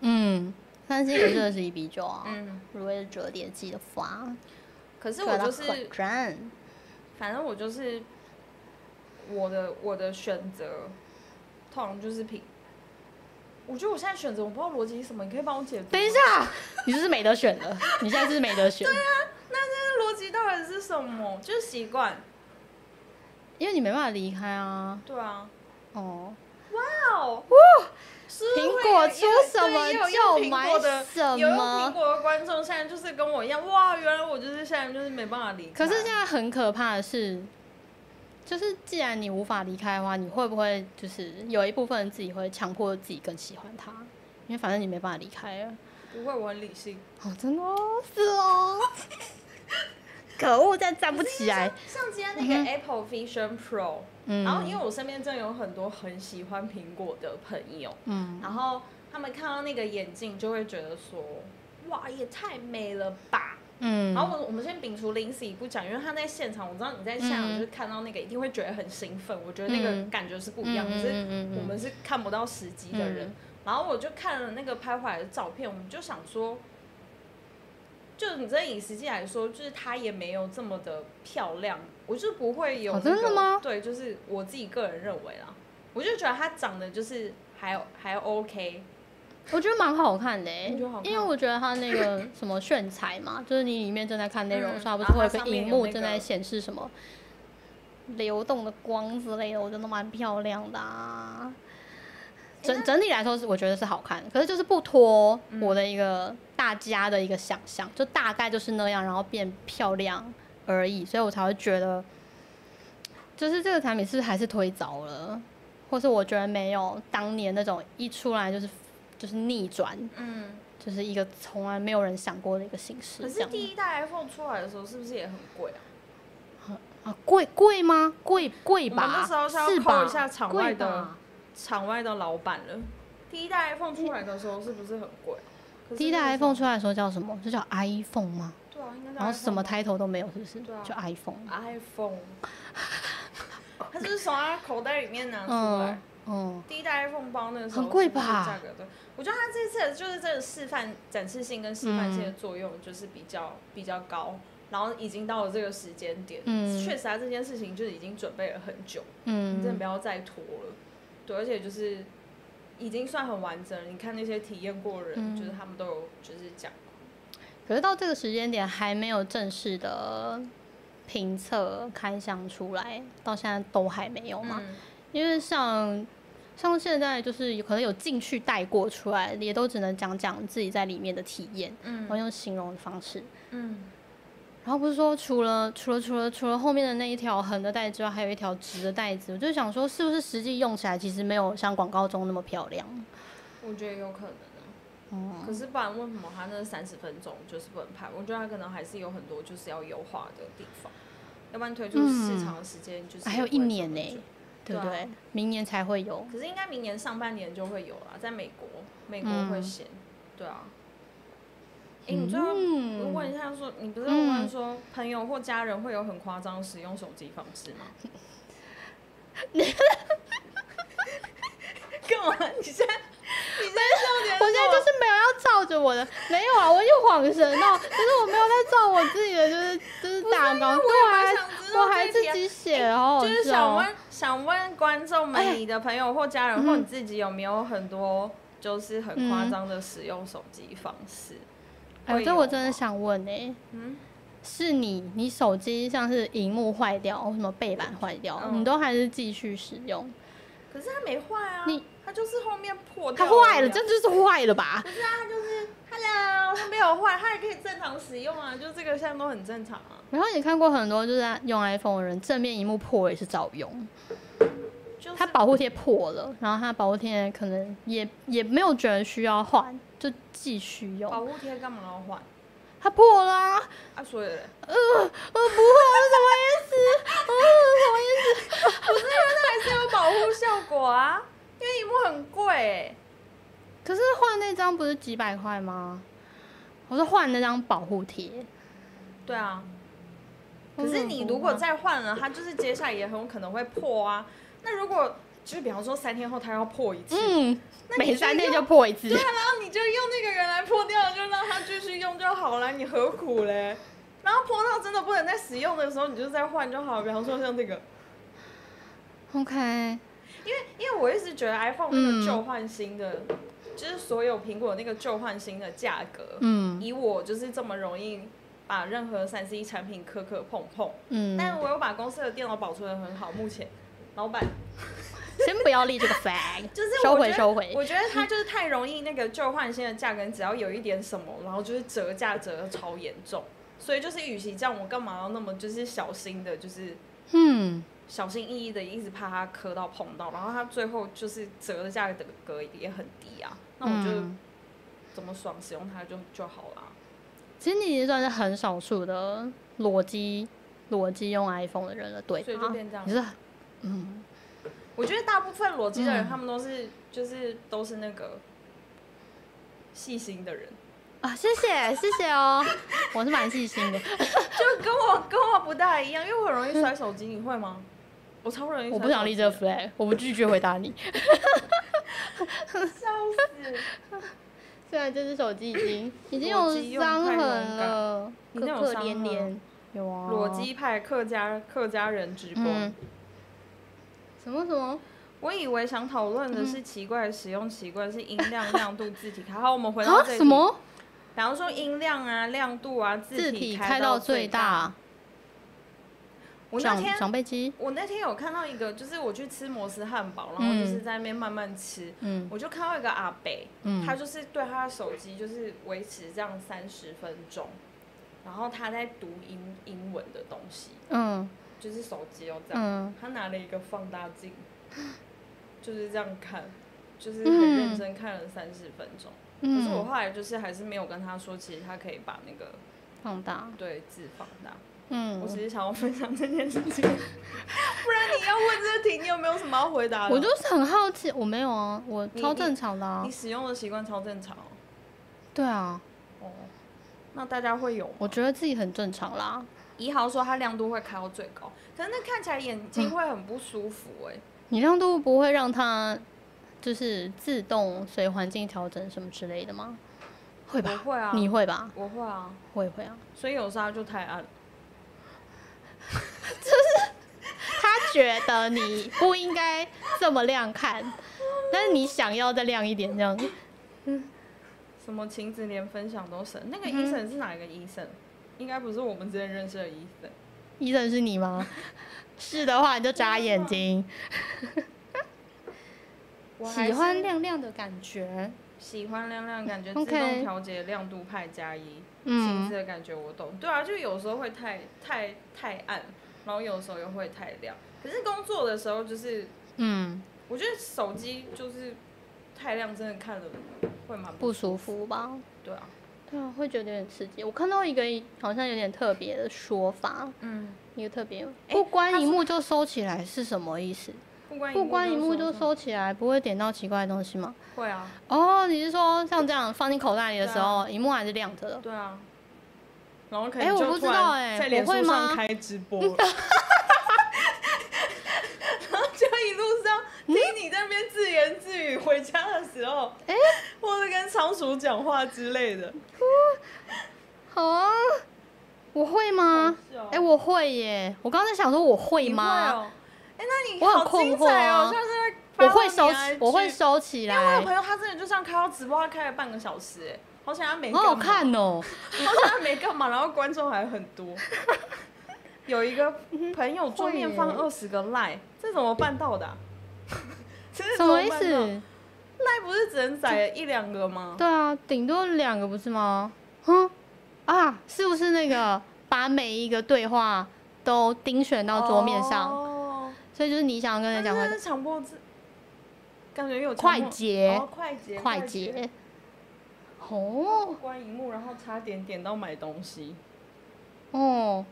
嗯，三星也是二十一比九啊。
嗯，
如果是折叠机的话，
可是
觉
我
得
就是
很，赞。
反正我就是我的我的选择，通常就是平。我觉得我现在选择我不知道逻辑是什么，你可以帮我解读。
等一，下，你就是没得选了，你现在就是没
*laughs*
得选，
啊那逻辑到底是什么？就是习惯。
因为你没办法离开啊。
对啊。
哦，
哦，是不是
苹
会
果
有
出
因为
什
对
么
也有
就
用苹
买
果的
什
有用
么
苹果的观众现在就是跟我一样，哇，原来我就是现在就是没办法离开。
可是现在很可怕的是，就是既然你无法离开的话，你会不会就是有一部分人自己会强迫自己更喜欢它？因为反正你没办法离开了。
不会，我很理性。
哦，真的哦，是哦。 *laughs* 可恶，再站不起来。
像今天那个 Apple Vision Pro，、
嗯，
然后因为我身边真的有很多很喜欢苹果的朋友，
嗯，
然后他们看到那个眼镜就会觉得说，哇，也太美了吧。
嗯，
然后我我们先摒除 Lindsay 不讲，因为他在现场，我知道你在现场就
嗯
是看到那个一定会觉得很兴奋，我觉得那个
嗯
感觉是不一样，可是
嗯
我们是看不到时机的人。
嗯
然后我就看了那个拍回来的照片，我们就想说，就你这以实际来说，就是它也没有这么的漂亮，我就不会有、
哦
那个
真的吗
对，就是我自己个人认为啦，我就觉得它长得就是还还 OK，
我觉得蛮好看的、欸
你觉得好，看
因为我觉得它那个什么炫彩
*laughs*
嘛，就是你里面正在看内容，
嗯
时候，它不是会有
然后它上
个
面
荧
有
幕
那
正在
个
显示什么流动的光之类的，我觉得蛮漂亮的、啊。整整体来说是我觉得是好看的，可是就是不脱我的一个大家的一个想象，就大概就是那样，然后变漂亮而已，所以我才会觉得，就是这个产品是不是还是推早了，或是我觉得没有当年那种一出来就是就是逆转，
嗯。
就是一个从来没有人想过的一个形
可，
式这
是
样
第一代 iPhone 出来的时候，是不是也很贵啊？
啊贵贵吗？贵贵
我们
吧
那时候，是要
是
扣
吧？
一下场
贵
外的
吧
场外的老板了。第一代 iPhone 出来的时候是不是很贵？可是
第一
那
代
个时候
iPhone 出来的时候叫什么？就叫 iPhone 吗？
对啊，应该是
然后什
iPhone
么
吧
title 都没有，是不是？
对啊
就 iPhone。
iPhone，他就是从他口袋里面拿出来。
嗯嗯，
第一代 iPhone 包那个时候
很贵吧
是不是价格对，我觉得它这次就是这个示范展示性跟示范性的作用就是比较比较高，然后已经到了这个时间点，
嗯
确实啊这件事情就是已经准备了很久，你真的
嗯
不要再拖了，对，而且就是已经算很完整了，你看那些体验过的人，
嗯
就是他们都有就是讲，
可是到这个时间点还没有正式的评测开箱出来，到现在都还没有嘛？
嗯
因为像像现在就是有可能有进去带过出来，也都只能讲讲自己在里面的体验，然后
嗯
用形容的方式。
嗯，
然后不是说除了除了除了除了后面的那一条横的带之外，还有一条直的带子，我就想说是不是实际用起来其实没有像广告中那么漂亮？
我觉得有可能啊。
嗯，
可是不然为什么他那三十分钟就是不能拍？我觉得他可能还是有很多就是要优化的地方，要不然推出市场的时间就是、
嗯还有一年欸呢、对
对
不
啊
对？明年才会有。
可是应该明年上半年就会有啦，在美国，美国
嗯
会先，对啊。哎、你最后
嗯
我问一下说，你不是问说朋友或家人会有很夸张的使用手机方式
*laughs*
吗？干嘛？你现在你现在笑点是
我现在就是没有要照着我的，没有啊，我就晃神到，就是我没有在照我自己的，就是就是大纲，对，我
蛮
还
想知道
我还
这
自
题啊
己写，好好
就是
笑
想
哦
问，想问观众
哎
们，你的朋友或家人或你自己有没有很多就是很
嗯
夸张的使用手机方式？
哎，
会
这
有
我真的
吗
想问哎、
嗯
是你，你手机像是荧幕坏掉，或什么背板坏掉，
嗯
你都还是继续使用？
可是它没坏啊
你，
它就是后面破掉而已
它
啊，
坏了，这就是坏了吧？ *laughs*
Hello，它没有坏，它也可以正常使用啊，就这个现在都很正常啊，
然后也看过很多就是用 iPhone 的人，正面荧幕破也是照用，
就就是
它保护贴破了，然后它保护贴可能也也没有觉得需要换，就继续
保
用。
护贴干嘛要换？
它破啦、
啊，所以嘞
呃，不会，我什么意思？ *laughs* 呃
还是有保护效果啊，因为荧幕很贵、欸。
可是换那张不是几百块吗？我说换那张保护贴，
对啊，
我
可是
很
你
无
如果
奈
再换了，它就是接下来也很有可能会破啊。那如果就是比方说三天后它要破一次，
嗯，
那你
每
就
三天
用
就破一次
对，啊，然后你就用那个原来破掉的，就让它继续用就好了，你何苦嘞？然后破到真的不能再使用的时候，你就再换就好了。比方说像这个，
OK，
因为因为我一直觉得 iPhone 那
嗯
个旧换新的，就是所有苹果那个旧换新的价格，
嗯
以我就是这么容易把任何三 C 产品磕磕碰碰，
嗯，
但我又把公司的电脑保存的很好，目前。老板
先不要
*laughs*
立这个 flag，
就是
收
我
回
觉得
收回
我觉得他就是太容易那个旧换新的价格，你只要有一点什么，然后就是折价折的超严重，所以就是与其这样，我干嘛要那么就是小心的，就是
嗯，
小心翼翼的一直怕它磕到碰到，然后它最后就是折的价格也很低啊，那我就
嗯
怎么爽使用它就就好啦。
其实你已经算是很少数的裸机裸机用 iPhone 的人了，对吧？啊
所以就变这样
你是嗯，
我觉得大部分裸机的人，
嗯
他们都是就是都是那个细心的人，
啊，谢谢谢
*laughs*
谢哦，我是蛮细心的，
就跟我跟我不大一样，因为我很容易摔手机，你会吗？我超容易，
我不想立这个，flag，我不拒绝回答你。
笑死！
虽然这只手机
*coughs*
已经已经
裸机
有
用
伤
太
痕
勇
了，
你
可
那有
可
伤
怜
痕
怜，有啊，
裸机派客家客家人直播，
嗯，什么什么？
我以为想讨论的
嗯
是奇怪的使用习惯，是音量、亮度、字体开。好，我们回到
啊
这一题
什？么？
比方说音量啊、亮度啊、字
字体
开
到
最
最。大，
我那
长
天
长辈机，
我那天有看到一个，就是我去吃摩斯汉堡，然后
嗯
就是在那边慢慢吃，
嗯
我就看到一个阿北，
嗯，
他就是对他的手机就是维持这样三十分钟，然后他在读英英文的东西，
嗯
就是手机哦这样，
嗯
他拿了一个放大
*gasps*
镜，就是这样看，就是很认
嗯
真看了三十分钟。可是我
嗯，
后来就是还是没有跟他说，其实他可以把那个
放大，
对字放大。
嗯
我，只是想要分享这件事
*laughs*
情，不然你要问这个题，你有没有什么要回答的？
我就是很好奇，我没有啊，我
你
超
你
正常的啊
你，使用的习惯超正常哦。
对啊，
哦那大家会有吗？
我觉得自己很正常啦，
怡豪说他亮度会开到最高，可是那看起来眼睛会很不舒服哎、
你亮度不会让它就是自动随环境调整什么之类的吗？会
我
吧，
会啊，
你会吧？
我会啊，
会
*laughs*
会啊，
所以有时候它就太暗了。
他觉得你不应该这么亮看， *laughs* 但是你想要再亮一点这样子，
什么晴子连分享都省，那个
嗯哼
医生是哪一个医生？应该不是我们之前认识的医生。
医生是你 *laughs* 吗？是的话，你就眨眼睛。
我还
喜欢
是
亮亮的感觉。
喜欢亮亮，感觉自
OK
动调节亮度派加一，晴子
嗯，
的感觉我懂。对啊，就有时候会太太太暗，然后有时候又会太亮。可是工作的时候，就是
嗯，
我觉得手机就是太亮，真的看了会蛮
不
不
舒服吧？
对啊，
对啊，会觉得有点刺激。我看到一个好像有点特别的说法，
嗯，
一个特别
诶
不关荧幕就收起来是什么意思？
不关
不关
荧
荧幕就
说
收起来，不会点到奇怪的东西吗？
会啊，
哦，你是说像这样放进口袋里的时候，荧幕还是亮着的？
对啊，然后可能
哎我
就
不知
突然
道哎
在脸
我会
书
吗
上开直
*laughs*
播了，然后就一路上听你在那边自言自语，回家的时候，
嗯哎
或者跟仓鼠讲话之类的，
好啊，我会吗？
好笑
哎、我会耶！我刚才想说我会
你
吗？
哦？哎，那你
我很
好
困
精
惑
彩
啊
哦！下次
我
再 follow
会收
你
起
IG，
我会收起
因为我有朋
来，
友他真的就像开到直播，他开了半个小时，哎，好想他没
好好
干嘛
看
*laughs*
哦。
好像没干嘛，然后观众还很多。有一个朋友桌面放
会
二十个赖，这怎么办到的、啊？ *laughs* 这是
什么意
办到
思？
赖不是只能载一两个吗？
对啊，顶多两个不是吗？哼啊，是
*laughs*
不是那个把每一个对话都盯选到桌面上，
哦、
所以就是你想要跟人家
但
讲
是
话
那是强迫症，感觉有强迫
快捷
哦快捷，
快
捷，
捷，哦
关荧幕，然后差点点到买东西。
哦，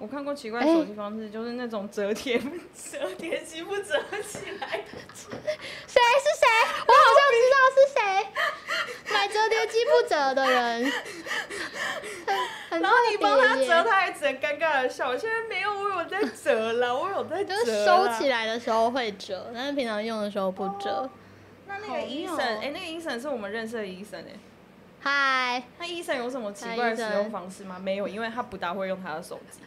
我看过奇怪
哎
的手机方式，就是那种折叠 *laughs* 折叠机不折起来的，
谁是谁？我好像知道是谁，买折叠机不折的人，
*laughs*
很很
然后你帮他
特别耶
折，他还只能尴尬的笑。现在没有，我有在折了，我有在折
就
啦。
是收起来的时候会折，但是平常用的时候不折。
那那
好
个医
妙
生，
哦
哎、那个医生是我们认识的医生哎、
嗨，
那医生有什么奇
那
怪
医
的使
生
用方式吗？没有，因为他不大会用他的手机。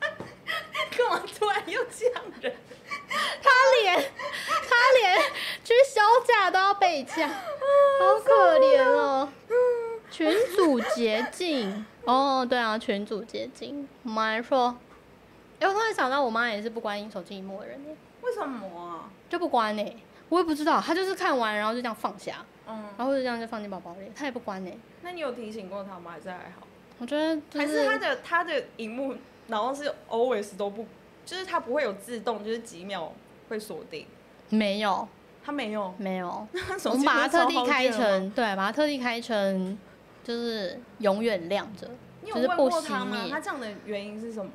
干嘛突然又这样人？
他
*laughs*
连他连去休假都要被呛，好可怜哦。
嗯
群组捷径哦，对啊，群组捷径，我们来说。哎、我突然想到，我妈也是不关手机荧幕的人耶，
为什么啊
就不关呢、欸我也不知道，她就是看完然后就这样放下，
啊？嗯，
然后就这样就放进包包里，她也不关呢、
那你有提醒过他吗？还是还好？
我觉得、就
还是他的他的荧幕，然后是 always 都不，就是他不会有自动，就是几秒会锁定，
没有
他没有。 *laughs*
没有，
他手
我
机
们把它
不是
特
超
地
耗
开
电了吗。
成对，把它特地开成就是永远亮着，
你有
就是
问
不
过
熄
他吗？
灭
他。这样的原因是什么？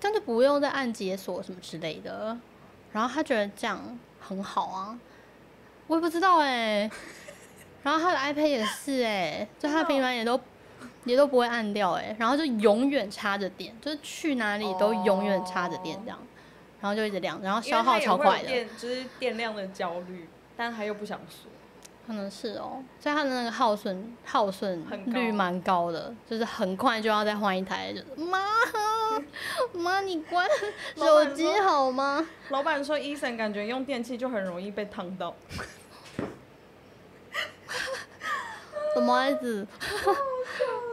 这样就不用再按解锁什么之类的。然后他觉得这样很好啊，我也不知道哎、
*laughs*
然后他的 iPad 也是哎、就他的
哦
平板也都也都不会按掉哎、然后就永远插着电，就是去哪里都永远插着电这样，然后就一直亮，然后啊消耗超快
因为他也会有
的，
电就是电量的焦虑，但他又不想说。
可能是哦，所以他的那个耗损耗损
很高
率蛮高的，就是很快就要再换一台，就是
*laughs*
妈妈你关
老板
手机
说
好吗？
老板说，医生感觉用电器就很容易被烫到。
什么意思？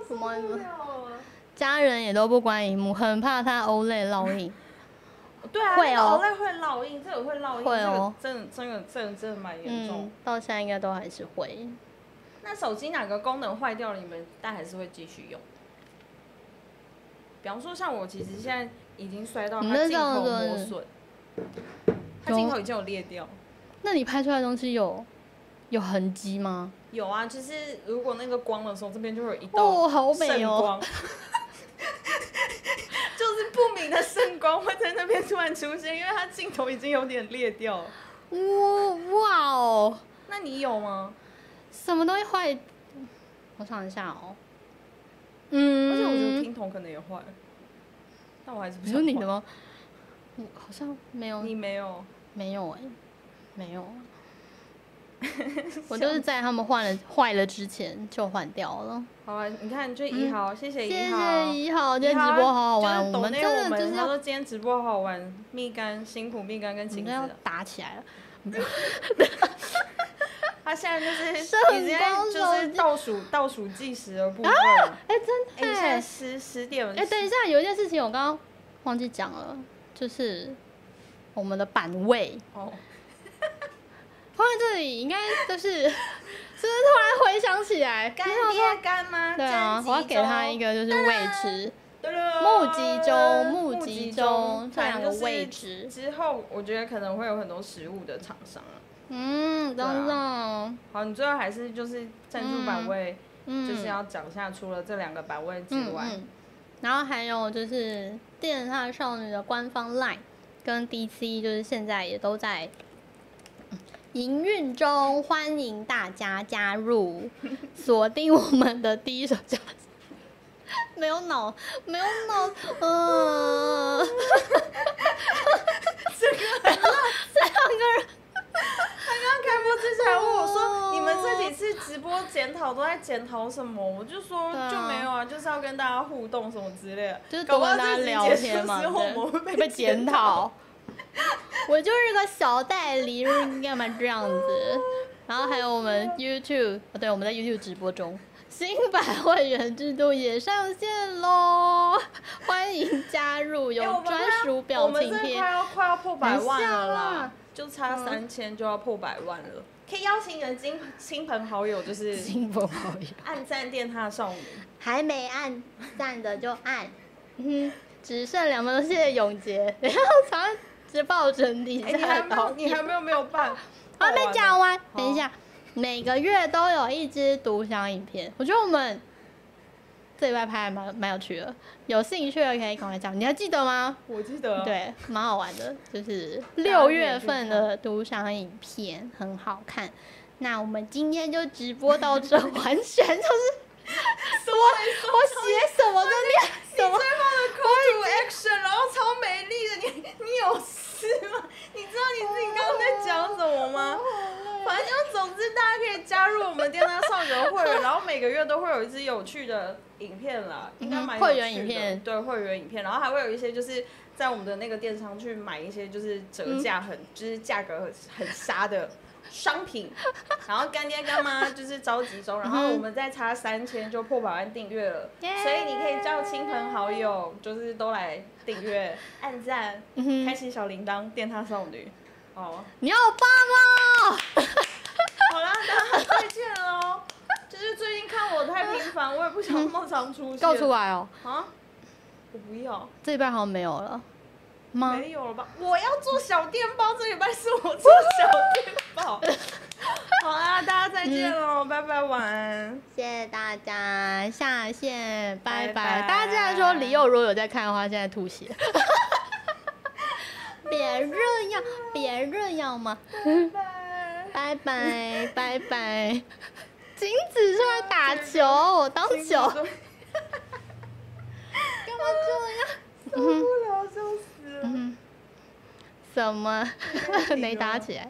什么意思？家人也都不关荧幕，很怕他欧泪烙印。
对啊，
会哦
那个 OLED 会烙印，这个会烙印，
会哦
这个真的真的真的真的蛮严
嗯
重。，
到现在应该都还是会。
那手机哪个功能坏掉了，你们但还是会继续用？比方说，像我其实现在已经摔到
你
它
那
镜头
种
磨
是
损，它镜头已经有裂掉。
那你拍出来的东西有有痕迹吗？
有啊，就是如果那个光的时候，这边就会有一道
哦，好美
圣
哦！
光， *laughs* 就是不明的圣光会在那边突然出现，因为它镜头已经有点裂掉了。
哇哇哦，
那你有吗？
什么东西坏？我想一下哦。
而且我觉得
嗯，
听筒可能也坏了，但我还是不
你
想
说
换。
你的吗？我好像没有，
你没有，
没有哎、没 *laughs* 有。我就是在他们换了坏了之前就换掉了。
好啊，你看，就一号，谢谢
嗯谢
一号，
谢一号，今
一
天
号啊
直播好好
就
玩，
是
我们
抖内
真
我
的
们
就是
他
要
说今天直播好好玩，蜜柑辛苦蜜柑跟
我们
晴子
要
了，
打起来了。
他现在就是
是很
已经在
高手
就是
机
倒数倒数计时的部分了。
哎、真
哎、
的
现在
哎、
十十点，
哎、等一下，有一件事情我刚刚忘记讲了，就是我们的版位
哦，
放在这里，应该就是 *laughs* 是不是突然回想起来？
干爹干妈，
对啊，我要给他一
个
个就是位置，
木
木吉中木吉
吉
中这
反
两
正
个
啊就是
位置。
之后我觉得可能会有很多食物的厂商啊。
嗯，
对啊
等等，
好，你最后还是就是赞助版位，
嗯，
就是要讲一下除了这两个版位之
嗯
外，
嗯，然后还有就是电塔少女的官方 LINE 跟 DC，就是现在也都在嗯营运中，欢迎大家加入，锁定我们的第一手消息。 *laughs* 没有脑，没有脑，嗯、呃，
刚开播之前还问我
哦
说，你们这几次直播检讨都在检讨什么？我就说
对啊
就没有啊，就是要跟大家互动什么之类的。
就是
搞
多
不好
跟大家
这集
聊
结
天
束
嘛，
之后我们
对被检
讨。
讨。我就是个小代理，就是干嘛这样子？然后还有我们 YouTube，哦对，我们在 YouTube 直播中，新版会员制度也上线喽，欢迎加入，有
哎我们
专
快要
属
我
表
们
情
真的
贴
快。要快要破百万了
没事
啦
啊，
就差三千就要破百万了。可以邀请你的亲亲朋好友，
*laughs*
就是
新朋好友，
暗赞电他少女。
*laughs* 还没按赞的就按，嗯，只剩两分钟，谢谢永杰。 *laughs* 然后常常只抱整理
*laughs* 哎，你还
下
没有，
头。
你还没有没有办，
我 *laughs* 还没讲
完。
完，等一下，每个月都有一支独享影片。我觉得我们这礼拜拍还蛮蛮有趣的，有兴趣的可以赶快讲。你还记得吗？
我记得，，
对，蛮好玩的，就是
大家
六
可以
月
啊去
份
看
的独享影片很好看。那我们今天就直播到这，完全就
什
是
么？
我写什么就念
你最
什
后
么。
的 call to action，然后超美丽的，你你有事吗？你知道你自己刚刚在讲什么
*laughs*
吗？反正就总之，大家可以加入我们电商少游会 *laughs* 员，然后每个月都会有一支有趣的影片啦，应该蛮有趣的
嗯会员影片
对会员影片，然后还会有一些就是在我们的那个电商去买一些就是折价很、就是价格很很杀的。商
*laughs*
品，然后干爹干妈就是召集中，然后我们再差三千就破百万订阅了，
嗯耶
所以你可以叫亲朋好友，就是都来订阅、按赞、
嗯
*laughs*
哼
开启小铃铛、电他少女。哦，
嗯你好
*laughs*
棒哦！
好啦，大家再见
*laughs*
喽。就是最近看我太频繁，我也不想那么常出现。
*laughs* 告出来哦，
啊！我不要，
这一半好像没有了吗？
没有了吧？我要做小电报，这礼拜是我做小电
*laughs*
报。好啦，大家再见
嗯
喽，拜拜，晚安。
谢谢大家，下线，拜拜。
拜拜
大家既然说李佑如果有在看的话，现在吐血。 *laughs* 别这样，别这样嘛！
拜拜。
拜拜，拜拜。金子出来打球，我当球，干嘛这样？
受
*laughs*
不了，笑死了。
嗯，什么
太
没
低
*laughs*
了
打起来？